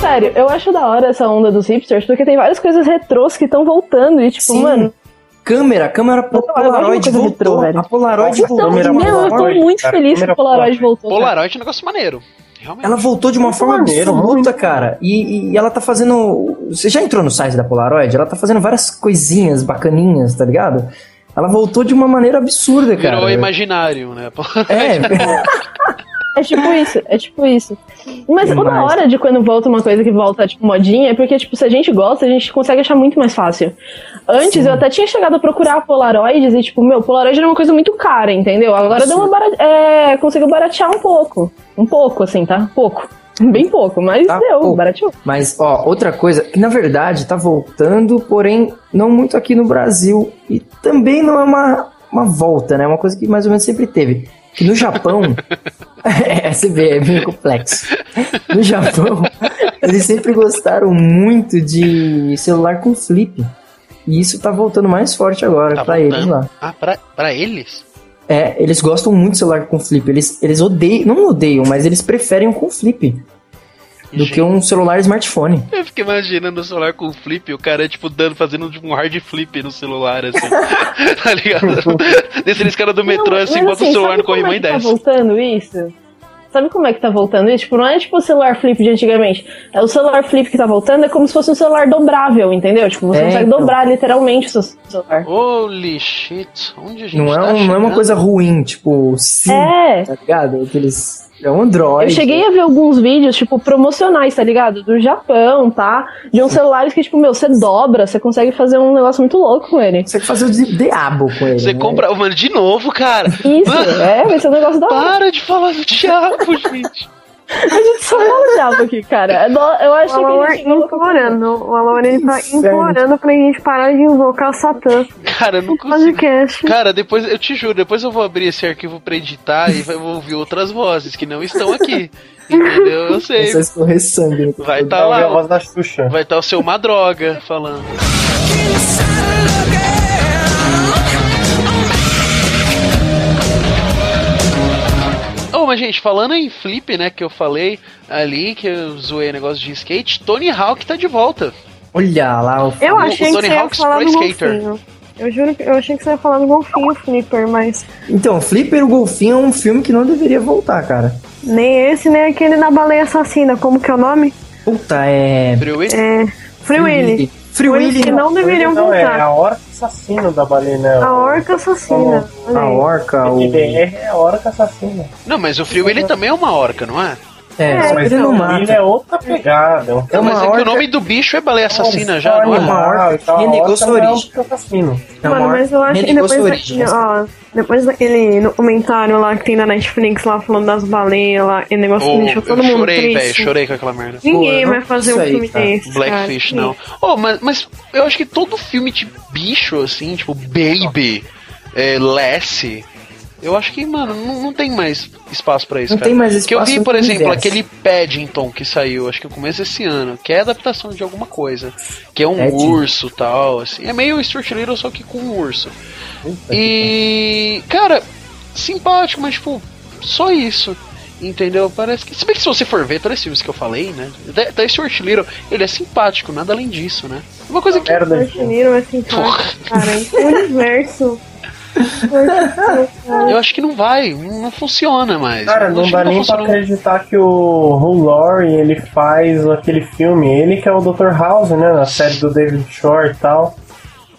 Speaker 3: sério, eu acho da hora essa onda dos hipsters, porque tem várias coisas retrôs que estão voltando e, tipo,
Speaker 7: Sim.
Speaker 3: mano.
Speaker 7: Câmera, câmera po- Polaroid voltou. a Polaroid
Speaker 3: Então,
Speaker 7: voltou.
Speaker 3: meu,
Speaker 5: né?
Speaker 3: eu tô muito feliz que o Polaroid voltou. cara.
Speaker 2: Polaroid é um negócio maneiro.
Speaker 7: Ela voltou de uma forma
Speaker 2: maneiro,
Speaker 7: absoluta, cara. E, e ela tá fazendo. Você já entrou no site da Polaroid? Ela tá fazendo várias coisinhas bacaninhas, tá ligado? Ela voltou de uma maneira absurda, cara.
Speaker 2: Virou imaginário, né?
Speaker 3: É tipo isso, é tipo isso. Mas o da
Speaker 7: Demais.
Speaker 3: hora de quando volta uma coisa que volta, tipo, modinha, é porque, tipo, se a gente gosta, a gente consegue achar muito mais fácil. Antes, eu até tinha chegado a procurar Polaroids e, tipo, meu, Polaroid era uma coisa muito cara, entendeu? Agora deu uma bara- é, conseguiu baratear um pouco. Um pouco, assim, tá? Pouco. Bem Tá pouco, mas deu, barateou.
Speaker 7: Mas, ó, outra coisa que na verdade tá voltando, porém não muito aqui no Brasil. E também não é uma, uma volta, né? É uma coisa que mais ou menos sempre teve. Que no Japão. é, você vê, é meio complexo. No Japão, eles sempre gostaram muito de celular com flip. E isso tá voltando mais forte agora pra eles lá.
Speaker 2: Ah, pra, pra eles?
Speaker 7: É, eles gostam muito de celular com flip. Eles, eles odeiam, não odeiam, mas eles preferem um com flip do que um celular smartphone.
Speaker 2: Eu fiquei imaginando o celular com flip, o cara, tipo, dando, fazendo tipo, um hard flip no celular, assim. tá ligado? Desses caras do metrô,
Speaker 3: Não,
Speaker 2: assim,
Speaker 3: mas
Speaker 2: bota o celular
Speaker 3: sabe
Speaker 2: no corrimão
Speaker 3: como
Speaker 2: e
Speaker 3: é que Tá
Speaker 2: desce.
Speaker 3: voltando isso? Sabe como é que tá voltando isso? Tipo, não é tipo o celular flip de antigamente. É o celular flip que tá voltando, é como se fosse um celular dobrável, entendeu? Tipo, você
Speaker 7: É,
Speaker 3: consegue
Speaker 7: então.
Speaker 3: dobrar literalmente o seu celular.
Speaker 2: Holy shit, onde a gente
Speaker 7: Não é,
Speaker 2: tá
Speaker 7: um- não é uma
Speaker 2: chegando?
Speaker 7: coisa ruim, tipo, sim,
Speaker 3: É.
Speaker 7: tá ligado? Aqueles, é um Android.
Speaker 3: Eu cheguei a ver alguns vídeos, tipo, promocionais, tá ligado? Do Japão, tá? De uns celulares que, tipo, meu, você dobra, você consegue fazer um negócio muito louco com ele.
Speaker 7: Você fazer o diabo com
Speaker 3: É.
Speaker 7: ele. né?
Speaker 2: Você compra. Mano, de novo, cara.
Speaker 3: Isso, é, vai ser um negócio da hora.
Speaker 2: Para de falar do diabo, gente.
Speaker 3: A gente só fala diabo aqui, cara. Eu não- Eu acho
Speaker 9: O Alan é
Speaker 3: que.
Speaker 9: implorando. O Alan ele tá
Speaker 3: Inferno.
Speaker 9: implorando pra gente parar de invocar Satã.
Speaker 2: Cara, eu não consigo.
Speaker 9: Podcast.
Speaker 2: Cara, depois, eu te juro, depois eu vou abrir esse arquivo pra editar e vai- vou ouvir outras vozes que não estão aqui. Entendeu? Eu sei.
Speaker 7: Você escorrer sangue. no
Speaker 2: Vai
Speaker 7: computador.
Speaker 2: estar Tá lá. Vai estar o seu Madroga falando. Oh, mas gente, falando em flip, né, que eu falei ali, que eu zoei negócio de skate, Tony Hawk tá de volta.
Speaker 7: Olha lá o
Speaker 9: Eu
Speaker 2: O-
Speaker 9: achei
Speaker 2: o
Speaker 9: que
Speaker 2: Tony
Speaker 9: você ia
Speaker 2: Hawk's
Speaker 9: falar
Speaker 2: Pro
Speaker 9: do
Speaker 2: Skater.
Speaker 9: golfinho. Eu juro que eu achei que você ia falar do golfinho, Flipper, mas
Speaker 7: Então, Flipper o Golfinho é um filme que não deveria voltar, cara.
Speaker 9: nem esse, nem aquele da baleia assassina. Como que é o nome?
Speaker 7: Puta, é.
Speaker 2: Free Willy?
Speaker 9: É. Free Willy.
Speaker 7: Free
Speaker 9: Por isso
Speaker 7: Willy
Speaker 9: que não deveriam
Speaker 3: um
Speaker 5: Não, é
Speaker 9: voltar.
Speaker 5: a orca assassina da baleia.
Speaker 9: A orca assassina. olha
Speaker 7: A
Speaker 9: aí.
Speaker 11: Ah,
Speaker 7: orca, o.
Speaker 5: BR é a orca assassina.
Speaker 2: Não, mas o Frio ele também é uma orca, não é?
Speaker 7: É, só que ele
Speaker 9: então,
Speaker 7: não mata.
Speaker 5: Ele é outra pegada. um-
Speaker 7: É uma
Speaker 2: mas é que o
Speaker 7: orca-
Speaker 2: nome do bicho é baleia assassina já, não
Speaker 7: É uma
Speaker 2: é?
Speaker 7: orca
Speaker 5: então a
Speaker 7: que renegou
Speaker 5: orca
Speaker 7: sua
Speaker 5: não é um
Speaker 7: origem.
Speaker 5: assassino.
Speaker 7: É uma
Speaker 9: Mano,
Speaker 7: orca
Speaker 9: mas eu acho que
Speaker 7: renegou
Speaker 2: assim,
Speaker 7: sua
Speaker 9: depois,
Speaker 7: origem.
Speaker 9: da, ó, depois daquele no comentário lá que tem na Netflix lá falando das baleias lá, e negócio
Speaker 2: Oh,
Speaker 9: que deixou todo
Speaker 2: eu
Speaker 9: mundo
Speaker 2: chorei, velho,
Speaker 9: triste.
Speaker 2: chorei com aquela merda.
Speaker 9: Ninguém
Speaker 7: Pô, eu
Speaker 9: vai
Speaker 7: não-
Speaker 9: fazer
Speaker 7: isso
Speaker 9: um
Speaker 7: aí,
Speaker 9: filme
Speaker 7: cara.
Speaker 9: desse.
Speaker 2: Blackfish,
Speaker 9: cara.
Speaker 2: não. Oh, mas, mas eu acho que todo filme de bicho, assim, tipo Baby, é, Lassie, eu acho que, mano, não, não tem mais espaço pra isso,
Speaker 7: Não
Speaker 2: cara.
Speaker 7: tem mais
Speaker 2: Que eu vi,
Speaker 7: espaço
Speaker 2: por
Speaker 7: no
Speaker 2: exemplo,
Speaker 7: universo.
Speaker 2: aquele Paddington que saiu, acho que no começo desse ano, que é adaptação de alguma coisa. Que é um
Speaker 7: Paddington.
Speaker 2: urso tal, assim. É meio Street Little, só que com um urso. E, cara, simpático, mas tipo, só isso. Entendeu? Parece que. Se bem que se você for ver todos esses filmes que eu falei, né? Até, até Stuart Little, ele é simpático, nada além disso, né? Uma coisa que.
Speaker 5: Merda,
Speaker 9: Black
Speaker 5: gente.
Speaker 9: Mirror é simpático, cara. Esse universo.
Speaker 2: Eu acho que não vai, não não funciona mais.
Speaker 5: Cara,
Speaker 2: Eu
Speaker 5: não
Speaker 2: acho
Speaker 5: dá
Speaker 2: que
Speaker 5: nem pra
Speaker 2: funcionou.
Speaker 5: acreditar que o Hugh Laurie, ele faz aquele filme, ele que é o Dr. House, né, na série do David Shore e tal.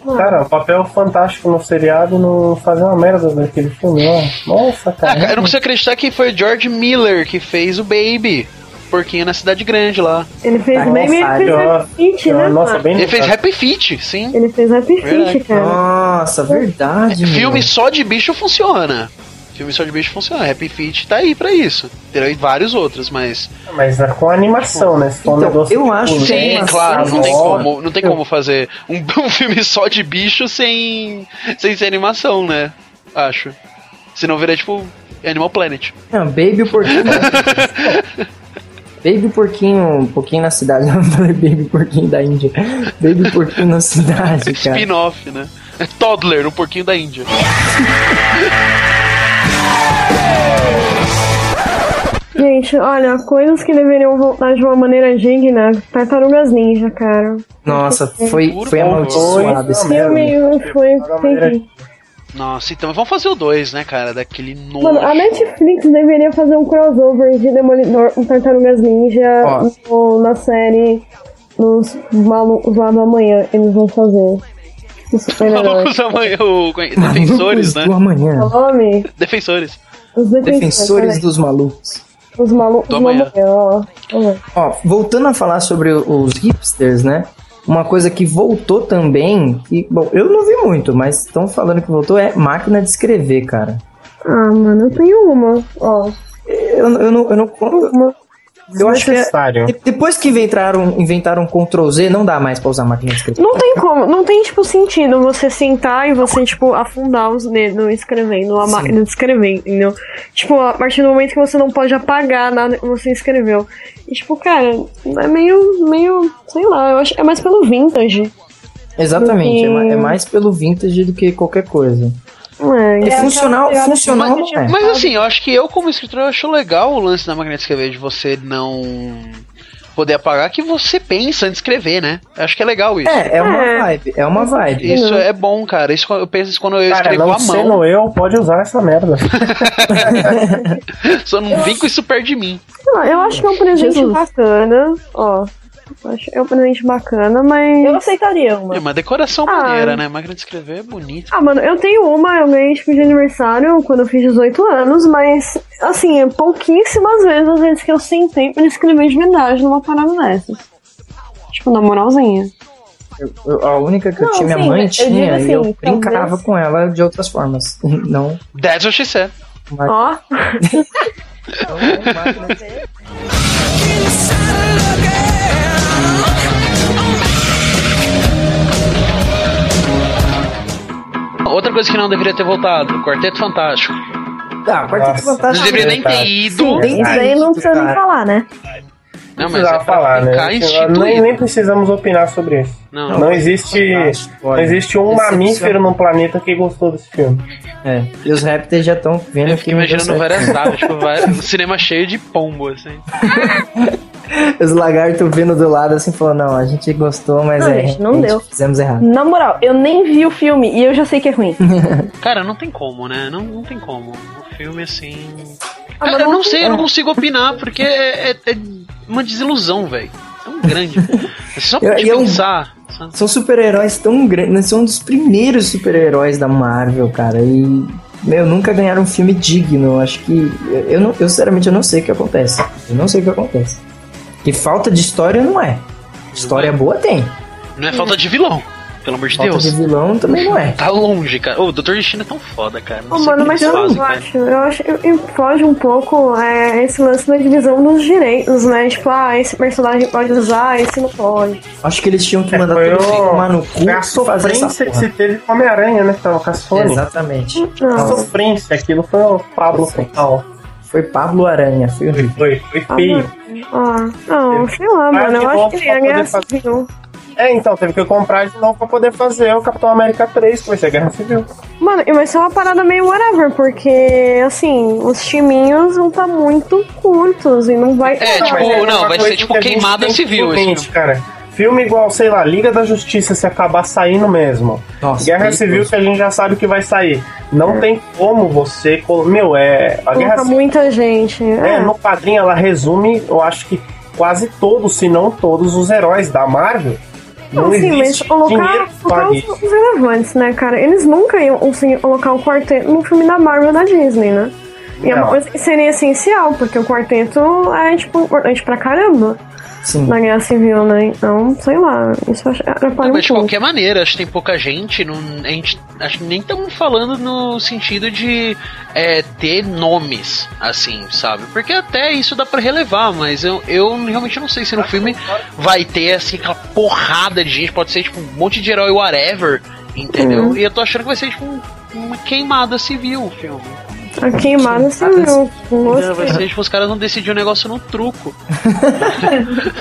Speaker 7: Hum.
Speaker 5: Cara, um papel fantástico no seriado não fazer uma merda daquele filme, ó. Nossa,
Speaker 2: Ah, cara,
Speaker 5: cara.
Speaker 2: eu não consigo acreditar que foi o George Miller que fez o Baby. Porquinho na cidade grande lá.
Speaker 9: Ele fez
Speaker 7: Tá, Nossa,
Speaker 9: bem meio que
Speaker 5: pior,
Speaker 9: fez Happy Feet, né?
Speaker 5: pior, Nossa,
Speaker 9: mano?
Speaker 5: bem
Speaker 2: Ele fez
Speaker 5: lembrado.
Speaker 2: Happy Feet, sim.
Speaker 9: Ele fez Happy
Speaker 2: Verdade.
Speaker 9: Feet, cara.
Speaker 7: Nossa, verdade. meu.
Speaker 2: Filme só de bicho funciona. Filme só de bicho funciona. Happy Feet tá aí pra isso. Terá aí vários outros, mas.
Speaker 5: Mas é com animação, né? Se for um
Speaker 7: Então,
Speaker 5: negócio
Speaker 7: eu
Speaker 5: tipo,
Speaker 7: acho que
Speaker 5: né,
Speaker 7: é
Speaker 2: Sim,
Speaker 7: Nossa,
Speaker 2: claro, não tem,
Speaker 5: nossa.
Speaker 2: como, não tem como fazer um, um filme só de bicho sem, sem ser animação, né? Acho. Senão vira tipo Animal Planet.
Speaker 7: Não, Baby o Porquinho. Baby o Porquinho, um pouquinho na cidade. Não falei Baby o Porquinho da Índia. Baby o Porquinho na cidade, cara.
Speaker 2: Spin-off, né? É Toddler, um porquinho da Índia.
Speaker 9: Gente, olha, coisas que deveriam voltar de uma maneira digna. Tartarugas Ninja, cara.
Speaker 11: Nossa,
Speaker 2: é um
Speaker 11: foi, foi amaldiçoado esse
Speaker 9: Esse filme foi... Entendi.
Speaker 2: Nossa, então vamos fazer o 2, né, cara? Daquele nojo.
Speaker 9: Mano, a Netflix deveria fazer um crossover de Demolidor com Tartarugas Ninja
Speaker 2: Ó.
Speaker 9: no- na série Nos Malucos lá do Amanhã. Eles vão fazer. Isso é foi legal.
Speaker 2: Malucos amanhã, o... defensores, né?
Speaker 11: do amanhã.
Speaker 9: O nome?
Speaker 2: Defensores.
Speaker 9: Os defensores,
Speaker 11: Defensores
Speaker 9: peraí.
Speaker 11: dos malucos.
Speaker 9: Os malucos
Speaker 11: do
Speaker 9: do
Speaker 11: amanhã.
Speaker 9: amanhã. ó. Ó.
Speaker 11: Ó, voltando a falar sobre o- os hipsters, né? Uma coisa que voltou também, e, bom, eu não vi muito, mas estão falando que voltou, é máquina de escrever, cara.
Speaker 9: Ah, mano, eu tenho uma. Ó.
Speaker 11: Eu, eu não. Eu, não, eu acho que. é-
Speaker 5: Desnecessário.
Speaker 11: de- depois que inventaram, inventaram Ctrl Z, não dá mais pra usar máquina de escrever.
Speaker 9: Não tem como, não tem, tipo, sentido você sentar e você, tipo, afundar os dedos escrevendo, a máquina de escrever, entendeu? Tipo, a partir do momento que você não pode apagar nada que você escreveu. E, tipo, cara, é meio, meio, sei lá, eu acho, é mais pelo vintage.
Speaker 11: Exatamente, é, ma- é
Speaker 9: Hum.
Speaker 11: mais pelo vintage do que qualquer coisa.
Speaker 9: É,
Speaker 11: É funcional, funcional não é.
Speaker 2: Mas assim, eu acho que eu, como escritor, eu acho legal o lance da máquina de escrever, de você não poder apagar que você pensa antes de escrever, né? Eu acho que é legal isso.
Speaker 11: É, é uma vibe, é uma vibe.
Speaker 2: Isso é bom, cara. Isso eu penso isso quando eu
Speaker 5: Cara,
Speaker 2: escrevo
Speaker 5: não
Speaker 2: à mão.
Speaker 5: sendo eu, pode usar essa merda.
Speaker 2: Só não vim com isso perto de mim.
Speaker 9: Sei lá, eu acho que é um presente
Speaker 2: Jesus.
Speaker 9: bacana, ó. Eu acho- É um presente bacana, mas. Eu aceitaria
Speaker 2: É uma decoração
Speaker 9: Ah.
Speaker 2: maneira, né? Máquina de escrever é bonita.
Speaker 9: Ah, mano, eu tenho uma, eu ganhei tipo de aniversário quando eu fiz 18 anos, mas assim, é pouquíssimas vezes as vezes que eu sentei pra escrever de verdade numa parada dessas. Tipo, na moralzinha.
Speaker 11: Eu- a única que eu
Speaker 9: Não,
Speaker 11: tinha, minha
Speaker 9: sim,
Speaker 11: mãe
Speaker 9: eu digo
Speaker 11: tinha, e eu
Speaker 9: assim,
Speaker 11: brincava
Speaker 9: talvez-
Speaker 11: com ela de outras formas. Não.
Speaker 2: That's what she said.
Speaker 9: Ó.
Speaker 2: Outra coisa que não deveria ter voltado, Quarteto Fantástico.
Speaker 11: Tá, Quarteto
Speaker 2: Não deveria nem ter ido.
Speaker 9: falar, né?
Speaker 2: Não, mas
Speaker 5: precisava
Speaker 2: é pra
Speaker 5: falar, né?
Speaker 2: ficar instituído.
Speaker 5: Nem, nem precisamos opinar sobre isso.
Speaker 2: Não.
Speaker 5: Não,
Speaker 11: Ah,
Speaker 5: existe,
Speaker 11: Fantástico,
Speaker 5: não
Speaker 11: olha.
Speaker 5: existe um mamífero
Speaker 11: Decepcionante.
Speaker 5: no planeta que gostou desse filme.
Speaker 11: É, e os répteis já estão vendo que. não deu
Speaker 2: Imaginando
Speaker 11: certo.
Speaker 2: várias aves, tipo, vai- um cinema cheio de pombo, assim.
Speaker 11: Os lagartos vendo do lado assim, falou: Não, a gente gostou, mas
Speaker 3: Não,
Speaker 11: é.
Speaker 3: gente, não
Speaker 11: realmente
Speaker 3: deu.
Speaker 11: Fizemos errado.
Speaker 3: Na moral, eu nem vi o filme e eu já sei que é ruim.
Speaker 2: Cara, não tem como, né? Não, não tem como. Um filme assim. Cara, eu não sei, eu não consigo opinar, porque é, é- é uma desilusão, velho. É Tão grande. É Só pra
Speaker 11: Eu-
Speaker 2: te
Speaker 11: eu-
Speaker 2: pensar.
Speaker 11: São super-heróis tão
Speaker 7: né,
Speaker 11: grandes. São um dos primeiros super-heróis da Marvel, cara. E. Meu, nunca ganharam um filme digno. Eu Acho que. Eu, eu não, eu sinceramente eu não sei o que acontece. Eu não sei o que acontece. Que falta de história não é. História boa tem.
Speaker 2: Não é falta de vilão, pelo amor de
Speaker 11: Falta
Speaker 2: Deus.
Speaker 11: de vilão também não é.
Speaker 2: Tá longe, cara. Ô, o Dr. Destino é tão foda, cara. Não
Speaker 9: Ô,
Speaker 2: sei
Speaker 9: mano,
Speaker 2: o que
Speaker 9: mas
Speaker 2: eles
Speaker 9: eu
Speaker 2: fazem,
Speaker 9: não
Speaker 4: né?
Speaker 2: cara.
Speaker 9: acho. Eu acho eu, eu foge um pouco é, esse lance da divisão dos direitos, né? Tipo, ah, esse personagem pode usar, esse não pode.
Speaker 11: Acho que eles tinham que mandar
Speaker 5: É, Foi
Speaker 11: todo mundo
Speaker 5: o-
Speaker 11: tomar no cu
Speaker 5: foi É a
Speaker 11: e fazer essa
Speaker 5: sofrência que se
Speaker 11: porra.
Speaker 5: teve com Homem-Aranha, né? Que tava com a Sony.
Speaker 11: Exatamente.
Speaker 5: A sofrência, aquilo foi o Pablo Fatal.
Speaker 11: Foi Pablo Aranha, foi horrível.
Speaker 5: Foi, foi feio.
Speaker 9: Ah, não, sei lá,
Speaker 5: Mas
Speaker 9: mano.
Speaker 5: de
Speaker 9: Eu acho
Speaker 5: volta
Speaker 9: que ele
Speaker 5: pra
Speaker 9: ia
Speaker 5: poder
Speaker 9: ganhar
Speaker 5: fazer.
Speaker 9: civil.
Speaker 5: É, então, teve que comprar de novo pra poder fazer o Capitão América 3, que vai ser Guerra Civil.
Speaker 9: Mano, mas é uma parada meio whatever, porque, assim, os timinhos vão estar muito curtos e não vai.
Speaker 2: É, tipo,
Speaker 5: Mas
Speaker 2: não,
Speaker 5: uma
Speaker 2: vai
Speaker 5: coisa
Speaker 2: ser tipo
Speaker 5: que a gente
Speaker 2: queimada
Speaker 5: tem que
Speaker 2: civil assim.
Speaker 5: ter em
Speaker 2: esse
Speaker 5: mente,
Speaker 2: filme.
Speaker 5: cara. Filme igual, sei lá, Liga da Justiça se acabar saindo mesmo.
Speaker 11: Nossa,
Speaker 5: Guerra
Speaker 11: perigoso.
Speaker 5: Civil que a gente já sabe que vai sair. Não
Speaker 2: É.
Speaker 5: tem como você. colo- Meu, é. A Guerra
Speaker 9: colocar
Speaker 5: Civil.
Speaker 9: muita gente.
Speaker 5: É,
Speaker 9: É,
Speaker 5: no quadrinho ela resume, eu acho que quase todos, se não todos, os heróis da Marvel. Não,
Speaker 9: Não, sim, assim, mas é
Speaker 5: existe dinheiro
Speaker 9: colocar,
Speaker 5: que
Speaker 9: colocar
Speaker 5: pague
Speaker 9: os,
Speaker 5: isso.
Speaker 9: os relevantes, né, cara? Eles nunca iam assim, colocar o quarteto no filme da Marvel da Disney, né? E é uma
Speaker 5: Não.
Speaker 9: coisa que seria essencial, porque o quarteto é, tipo, importante pra caramba
Speaker 11: Sim.
Speaker 9: na Guerra Civil, né? Então, sei lá, isso eu acho- atrapalha
Speaker 2: Tá,
Speaker 9: um
Speaker 2: Mas de
Speaker 9: pouco.
Speaker 2: qualquer maneira, acho que tem pouca gente. Não, a gente acho que nem estamos falando no sentido de é, ter nomes, assim, sabe? Porque até isso dá pra relevar, mas eu, eu realmente não sei se no filme vai ter assim, aquela porrada de gente. Pode ser tipo um monte de herói, whatever, entendeu?
Speaker 9: Uhum.
Speaker 2: E eu tô achando que vai ser tipo um- uma queimada civil o filme.
Speaker 9: A queimada civil.
Speaker 2: Entendeu? Vai ser tipo os caras não decidiram o negócio no truco.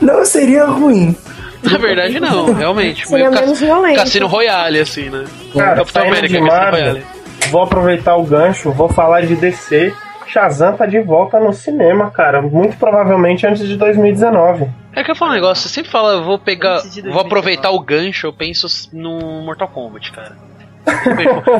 Speaker 11: Não seria ruim.
Speaker 2: Na verdade, não, realmente.
Speaker 9: Seria
Speaker 2: Meio ca-
Speaker 9: menos violento.
Speaker 2: Cassino Royale, assim, né?
Speaker 5: Cara,
Speaker 2: Capitão
Speaker 5: saindo
Speaker 2: América,
Speaker 5: de
Speaker 2: Cassino
Speaker 5: Marvel,
Speaker 2: Royale.
Speaker 5: vou aproveitar o gancho, vou falar de DC. Shazam tá de volta no cinema, cara. Muito provavelmente antes de 2019.
Speaker 2: É que eu falo um negócio, você sempre fala, eu vou pegar. Vou aproveitar o gancho, eu penso no Mortal Kombat, cara.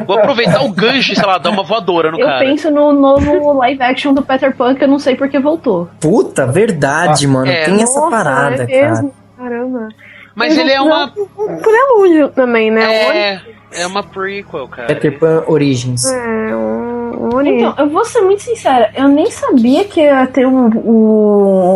Speaker 2: Vou aproveitar o gancho, e, sei lá, dar uma voadora no
Speaker 3: Eu
Speaker 2: cara.
Speaker 3: penso no novo live action do Peter Pan, que eu não sei porque voltou.
Speaker 11: Puta,
Speaker 5: Ah,
Speaker 11: verdade, mano.
Speaker 3: É.
Speaker 11: Tem essa
Speaker 3: Nossa,
Speaker 11: parada,
Speaker 3: é
Speaker 11: cara.
Speaker 3: mesmo? Caramba.
Speaker 2: Mas ele é uma-
Speaker 3: Um prelúdio também, né?
Speaker 2: É, é uma prequel,
Speaker 3: É
Speaker 2: cara.
Speaker 11: Peter Pan Origins.
Speaker 9: é um,
Speaker 3: Então, eu vou ser muito sincera, eu nem sabia que ia ter o,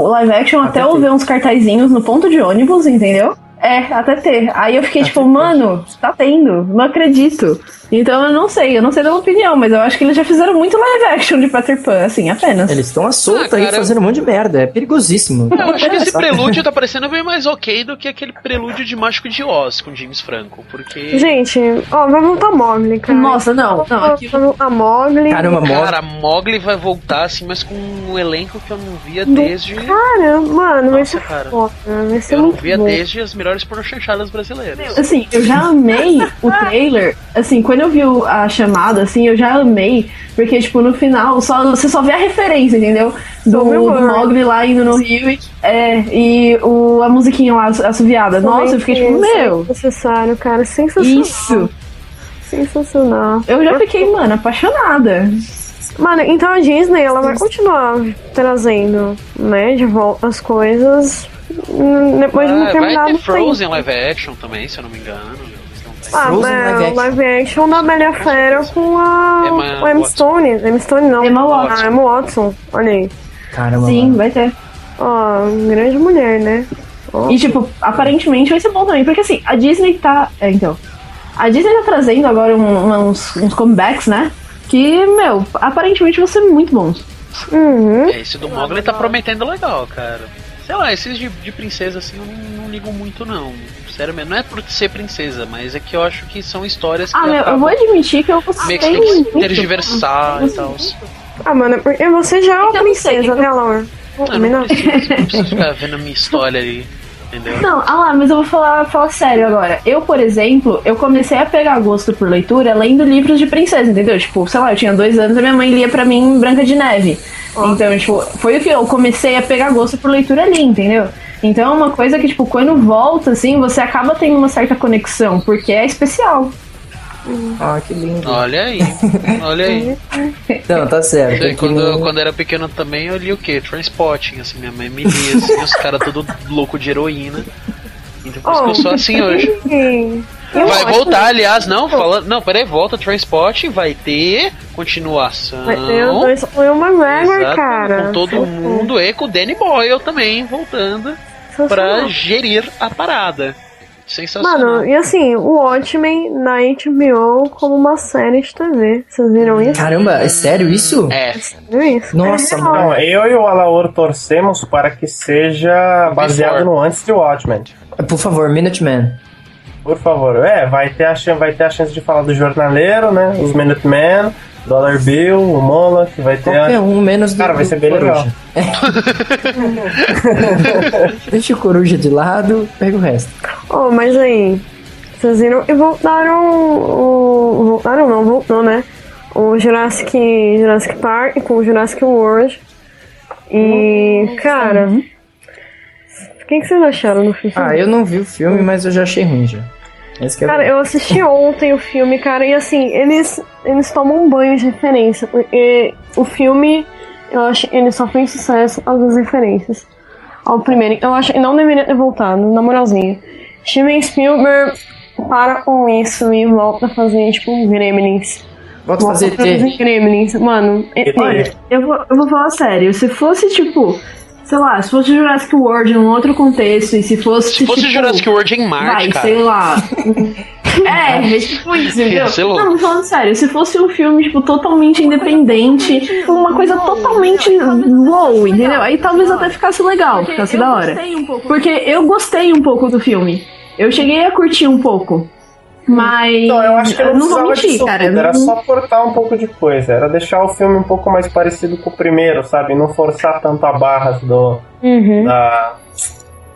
Speaker 3: o live action até eu ver uns cartazinhos no ponto de ônibus, entendeu? É, até ter. Aí eu fiquei tipo, mano, tá tendo, não acredito. Então eu não sei, eu não sei da minha opinião, mas eu acho que eles já fizeram muito live action de Peter Pan, assim, apenas.
Speaker 11: Eles estão à solta
Speaker 2: Ah,
Speaker 11: aí
Speaker 2: cara,
Speaker 11: fazendo um monte de merda. É perigosíssimo.
Speaker 2: Eu acho que esse prelúdio tá parecendo bem mais ok do que aquele prelúdio de Mágico de Oz com James Franco, porque.
Speaker 9: Gente, ó, vai voltar Mogli, cara.
Speaker 2: Nossa, não, não, aqui-
Speaker 9: A Mogli.
Speaker 2: Cara, Mogli vai voltar assim, mas com um elenco que eu não via
Speaker 9: Do-
Speaker 2: desde.
Speaker 9: Cara, mano, vai
Speaker 2: Nossa,
Speaker 9: ser
Speaker 2: cara.
Speaker 9: foda. Vai ser
Speaker 2: Eu não
Speaker 9: muito
Speaker 2: via
Speaker 9: bom.
Speaker 2: desde as melhores pornochanchadas brasileiras.
Speaker 3: Assim, eu já amei o trailer. Assim, quando eu vi o- a chamada, assim, eu já amei. Porque, tipo, no final, só, você só vê a referência, entendeu? Do, do Mogli lá indo no Rio. e- É, e o, a musiquinha lá, assoviada. Nossa, eu fiquei tipo,
Speaker 9: Isso,
Speaker 3: meu.
Speaker 9: Necessário, cara, sensacional.
Speaker 3: Isso.
Speaker 9: Sensacional.
Speaker 3: Eu já fiquei, mano, apaixonada.
Speaker 9: Mano, então a Disney, ela vai continuar trazendo, né, de volta as coisas. hum, Depois de um
Speaker 2: Ah, vai
Speaker 9: determinado
Speaker 2: ter Frozen
Speaker 9: tempo.
Speaker 2: live action também, se eu não me engano. Eles não têm.
Speaker 9: Ah, não, live action da Bela Fera com a
Speaker 2: Emma
Speaker 9: o Emma
Speaker 2: Watson.
Speaker 9: Stone. Emma Stone não. Emma
Speaker 2: Watson.
Speaker 9: Ah, Emma Watson. Olha aí.
Speaker 11: Caramba.
Speaker 3: Sim, vai ter.
Speaker 9: Ó, grande mulher, né?
Speaker 3: E, tipo, aparentemente vai ser bom também. Porque, assim, a Disney tá. É, então. A Disney tá trazendo agora um- uns, uns comebacks, né? Que, meu, aparentemente vão ser muito bons.
Speaker 9: Uhum.
Speaker 2: É, esse do Mogli tá prometendo legal, cara. Sei lá, esses de, de princesa assim eu não, não ligo muito não. Sério mesmo, não é por ser princesa, mas é que eu acho que são histórias que
Speaker 3: Ah, meu, eu
Speaker 2: acabam
Speaker 3: vou admitir que eu
Speaker 2: meio
Speaker 3: gostei
Speaker 2: que você tem que
Speaker 3: muito.
Speaker 2: tergiversar e tal.
Speaker 9: Ah, mano, porque você já é uma princesa, né, Laura?
Speaker 2: Eu
Speaker 9: Menor.
Speaker 2: não preciso, não preciso ficar vendo a minha história ali, entendeu?
Speaker 3: Não, ah lá, mas eu vou falar, falar sério agora. Eu, por exemplo, eu comecei a pegar gosto por leitura lendo livros de princesa, entendeu? Tipo, sei lá, eu tinha dois anos e minha mãe lia pra mim Branca de Neve. Então, tipo, foi o que eu comecei a pegar gosto por leitura ali, entendeu? Então é uma coisa que, tipo, quando volta, assim, você acaba tendo uma certa conexão, porque é especial.
Speaker 11: Ah, que lindo.
Speaker 2: Olha aí, olha aí.
Speaker 11: Não, tá certo.
Speaker 2: Sei,
Speaker 11: é que
Speaker 2: quando, eu,
Speaker 11: nem-
Speaker 2: quando eu era pequeno também eu li o quê? Transporting, assim, minha mãe me lia, assim, os caras todo louco de heroína. Então por isso que eu sou assim hoje.
Speaker 9: Oh. Eu
Speaker 2: vai
Speaker 9: acho-
Speaker 2: voltar, aliás, não, falando. Não, peraí, volta Transporting, vai ter continuação.
Speaker 9: Vai ter os dois com o Ewan McGregor,
Speaker 2: Exato,
Speaker 9: cara. um
Speaker 2: Com todo mundo e com o Danny Boyle também voltando pra
Speaker 9: Sensacional.
Speaker 2: gerir a parada. Sensacional.
Speaker 9: Mano, e assim, o Watchmen na HBO como uma série de TV. Vocês viram isso?
Speaker 11: Caramba, é sério isso?
Speaker 2: É.
Speaker 9: Viram isso? É real.
Speaker 5: Então, eu e o Alaor torcemos para que seja baseado no antes de Watchmen.
Speaker 11: Por favor, Minuteman.
Speaker 5: Por favor, é, vai ter, a chance, vai ter a chance de falar do jornaleiro, né? Os Minutemen, Dollar Bill, o Mola, que vai ter.
Speaker 11: Qualquer
Speaker 5: a...
Speaker 11: um, menos do
Speaker 5: É. Cara, vai
Speaker 11: do
Speaker 5: ser bem legal.
Speaker 11: Coruja. É. Deixa o coruja de lado, pega o resto.
Speaker 9: Oh, mas aí, vocês viram e voltaram o. Voltaram não, voltou, né? O Jurassic, Jurassic Park com o Jurassic World. E, cara. O que, que vocês acharam no filme?
Speaker 11: Ah, eu não vi o filme, mas eu já achei ruim já. Esse que é o-
Speaker 9: Cara, eu assisti ontem o filme, cara, e assim, eles, eles tomam um banho de referência, porque o filme, eu acho, ele só fez sucesso às duas referências. Ao primeiro, eu acho que não deveria ter voltado, na moralzinha. Steven Spielberg para com isso e volta a fazer, tipo, um Gremlins.
Speaker 11: Volta a fazer ET.
Speaker 9: Gremlins. Mano, é,
Speaker 3: Olha, eu vou, eu vou falar sério. Se fosse, tipo, sei lá, se fosse Jurassic World em um outro contexto, e se fosse.
Speaker 2: Se fosse
Speaker 3: tipo,
Speaker 2: Jurassic World em Marte,
Speaker 3: Vai,
Speaker 2: cara.
Speaker 3: sei lá. é, é tipo isso, entendeu?
Speaker 2: Ia ser louco.
Speaker 3: Não, falando sério, se fosse um filme, tipo, totalmente independente, uma coisa totalmente wow, entendeu? Aí talvez até ficasse legal,
Speaker 9: tá
Speaker 13: Porque
Speaker 9: assim
Speaker 3: ficasse
Speaker 13: eu
Speaker 3: da hora.
Speaker 13: gostei um pouco.
Speaker 3: Porque eu gostei um pouco do filme. Eu cheguei a curtir um pouco. Mas.
Speaker 5: Então, eu acho que eu
Speaker 3: vou
Speaker 5: não, precisava
Speaker 3: mentir,
Speaker 5: disso
Speaker 3: cara.
Speaker 5: tudo, Era
Speaker 3: não-
Speaker 5: só cortar um pouco de coisa. Era deixar o filme um pouco mais parecido com o primeiro, sabe? Não forçar tanto a barra do. Uhum. da-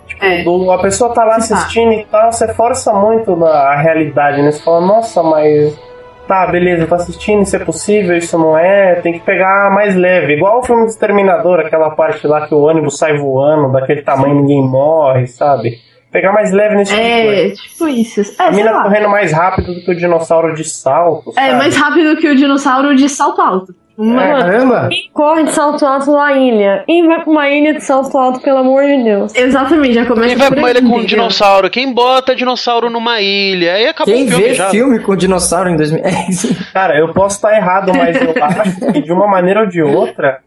Speaker 5: tipo,
Speaker 9: é,
Speaker 5: do- a pessoa
Speaker 3: tá.
Speaker 5: tá lá assistindo e tal, você força muito na a realidade, né? Você fala, nossa, mas. tá, beleza, eu tô assistindo, isso é possível, isso não é, tem que pegar mais leve. Igual o filme do Exterminador, aquela parte lá que o ônibus sai voando, daquele tamanho ninguém morre, sabe? Pegar mais leve nesse
Speaker 3: É,
Speaker 5: tipo de coisa.
Speaker 3: tipo isso. É,
Speaker 5: A
Speaker 3: sei
Speaker 5: mina
Speaker 3: lá.
Speaker 5: correndo mais rápido do que o dinossauro de salto,
Speaker 3: É,
Speaker 5: sabe?
Speaker 3: mais rápido que o dinossauro de salto alto.
Speaker 5: É, caramba.
Speaker 3: Quem corre de salto alto na ilha? Quem vai pra uma ilha de salto alto, pelo amor de Deus? Exatamente, já começa
Speaker 4: Quem vai
Speaker 3: por
Speaker 4: pra uma
Speaker 3: aí,
Speaker 4: ilha com um
Speaker 3: entendeu?
Speaker 4: dinossauro? Quem bota dinossauro numa ilha? Aí acabou
Speaker 7: Quem
Speaker 4: o filme
Speaker 7: vê
Speaker 4: já.
Speaker 7: filme com dinossauro em é, 2000.
Speaker 5: Cara, eu posso estar errado, mas eu acho que de uma maneira ou de outra,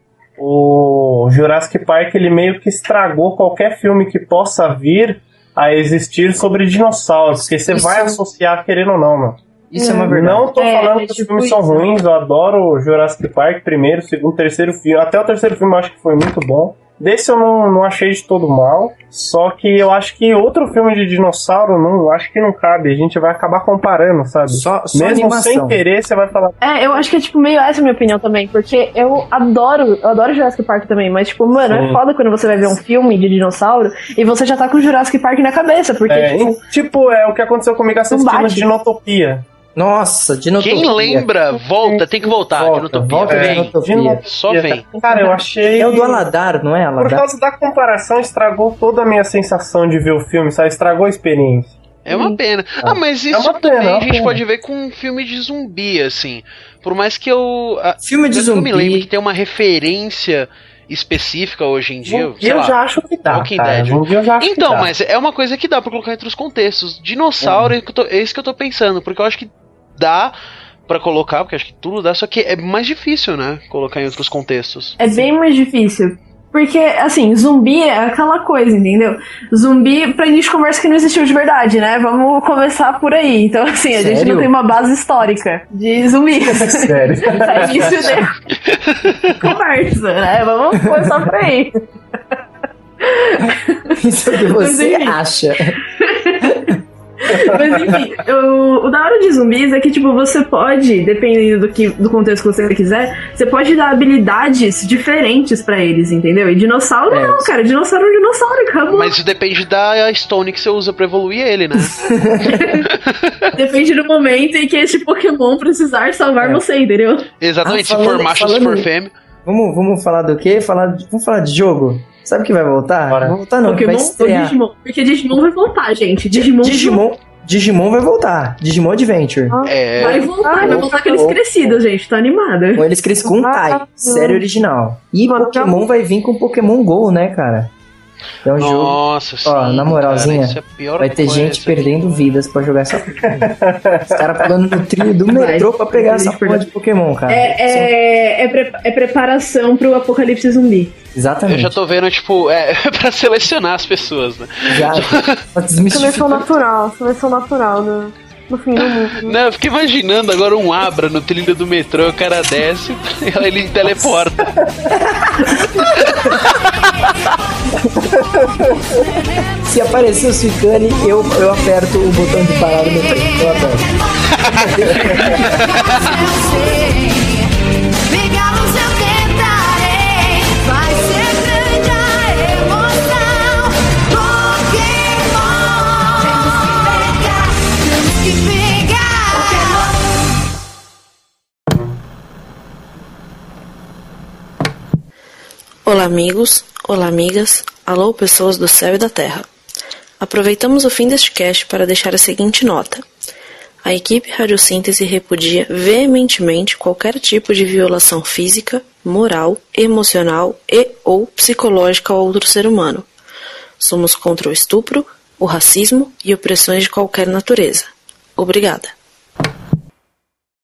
Speaker 5: o Jurassic Park ele meio que estragou qualquer filme que possa vir a existir sobre dinossauros, porque você vai associar querendo ou não, mano.
Speaker 7: Isso é uma verdade.
Speaker 5: Não tô
Speaker 7: É,
Speaker 5: falando
Speaker 7: é
Speaker 5: que os
Speaker 7: tipo
Speaker 5: filmes são
Speaker 7: isso.
Speaker 5: ruins, eu adoro o Jurassic Park, primeiro, segundo, terceiro filme. Até o terceiro filme eu acho que foi muito bom. Desse eu não, não achei de todo mal. Só que eu acho que outro filme de dinossauro, não, acho que não cabe. A gente vai acabar comparando, sabe?
Speaker 7: só
Speaker 5: Mesmo
Speaker 7: animação.
Speaker 5: sem querer, você vai falar.
Speaker 3: É, eu acho que é, tipo, meio essa a minha opinião também, porque eu adoro, eu adoro Jurassic Park também, mas, tipo, mano,
Speaker 5: Sim.
Speaker 3: é foda quando você vai ver um filme de dinossauro e você já tá com o Jurassic Park na cabeça, porque,
Speaker 5: É,
Speaker 3: tipo,
Speaker 5: e, tipo, é o que aconteceu comigo assistindo
Speaker 3: bate.
Speaker 5: Dinotopia.
Speaker 7: Nossa,
Speaker 11: é
Speaker 7: Dinotopia.
Speaker 4: Quem lembra, volta, tem que voltar. Dinotopia,
Speaker 7: volta, tá
Speaker 4: vem.
Speaker 7: Dinotopia.
Speaker 4: Só vem.
Speaker 5: Cara, eu achei.
Speaker 7: É o do Aladar, não é?
Speaker 5: Por
Speaker 7: Aladar.
Speaker 5: causa da comparação, estragou toda a minha sensação de ver o filme, sabe? Estragou a experiência.
Speaker 4: É uma pena.
Speaker 5: É.
Speaker 4: Ah, mas
Speaker 5: É
Speaker 4: isso
Speaker 5: uma pena,
Speaker 4: também
Speaker 5: é uma
Speaker 4: a gente
Speaker 5: pena.
Speaker 4: pode ver com um filme de zumbi, assim. Por mais que eu. a-
Speaker 7: Filme de
Speaker 4: mesmo que Eu me
Speaker 7: zumbi.
Speaker 4: lembro que tem uma referência específica hoje em dia.
Speaker 5: Zumbi
Speaker 4: sei
Speaker 5: eu
Speaker 4: lá, É
Speaker 5: já acho que dá,
Speaker 4: Walking
Speaker 5: cara.
Speaker 4: Dead.
Speaker 5: Zumbi eu já acho que
Speaker 4: então,
Speaker 5: dá.
Speaker 4: mas é uma coisa que dá pra colocar entre os contextos. Dinossauro, é, que eu tô- é isso que eu tô pensando, porque eu acho que dá pra colocar, porque eu acho que tudo dá, só que é mais difícil, né? Colocar em outros contextos.
Speaker 3: É bem mais difícil. Porque, assim, zumbi é aquela coisa, entendeu? Zumbi, pra gente conversa que não existiu de verdade, né? Vamos começar por aí. Então, assim, a gente
Speaker 7: Sério?
Speaker 3: não tem uma base histórica de zumbi.
Speaker 7: Sério?
Speaker 3: Tá início de conversa, né? Vamos começar por aí.
Speaker 7: Isso é o que você acha.
Speaker 3: Mas enfim, o, o da hora de zumbis é que, tipo, você pode, dependendo do, que, do contexto que você quiser, você pode dar habilidades diferentes pra eles, entendeu? E dinossauro não, cara. Dinossauro é um dinossauro, acabou.
Speaker 4: Mas isso depende da stone que você usa pra evoluir ele, né?
Speaker 3: Depende do momento em que esse Pokémon precisar
Speaker 7: É.
Speaker 3: salvar você, entendeu?
Speaker 4: Exatamente,
Speaker 7: Ah,
Speaker 4: se for
Speaker 7: falando-
Speaker 4: macho, se
Speaker 7: falando-
Speaker 4: for fêmea.
Speaker 7: Vamos, vamos falar do quê? Falar, de- vamos falar de jogo? Sabe o que vai voltar? Vai voltar não, que vai
Speaker 3: Pokémon ou
Speaker 7: estrear.
Speaker 3: Digimon? Porque Digimon vai voltar, gente. Digimon,
Speaker 7: Digimon, Digimon vai voltar. Digimon Adventure.
Speaker 4: É.
Speaker 3: vai voltar, vai voltar aqueles crescidos, gente. Tô animada.
Speaker 7: Com eles crescem com um Tai, série original. E Pokémon vai vir com Pokémon GO, né, cara? É um jogo.
Speaker 4: Nossa, sim,
Speaker 7: Ó, na moralzinha,
Speaker 4: cara, isso é a pior
Speaker 7: vai ter
Speaker 4: coisa.
Speaker 7: gente perdendo vidas pra jogar essa porra. Os caras pulando no trilho do metrô pra pegar essa porra de Pokémon, cara.
Speaker 3: É, é, é, pre- é preparação pro apocalipse zumbi.
Speaker 4: Eu
Speaker 7: Exatamente.
Speaker 4: já tô vendo, tipo, é pra selecionar as pessoas, né?
Speaker 7: Já. Pra
Speaker 9: Seleção
Speaker 7: desmistificar.
Speaker 9: natural, seleção natural no, no fim do mundo.
Speaker 4: Não, eu fiquei imaginando agora um Abra no trilho do metrô, o cara desce e ele teleporta.
Speaker 7: Se aparecer o Suicane, eu, eu aperto o botão de parar do meu trem. Eu aperto.
Speaker 6: Digamos eu tentarei, vai ser grande a emoção. Pokémon, temos que pegar, temos que pegar.
Speaker 14: Olá, amigos. Olá, amigas. Alô, pessoas do céu e da terra. Aproveitamos o fim deste cast para deixar a seguinte nota. A equipe Radiosíntese repudia veementemente qualquer tipo de violação física, moral, emocional e ou psicológica a outro ser humano. Somos contra o estupro, o racismo e opressões de qualquer natureza. Obrigada.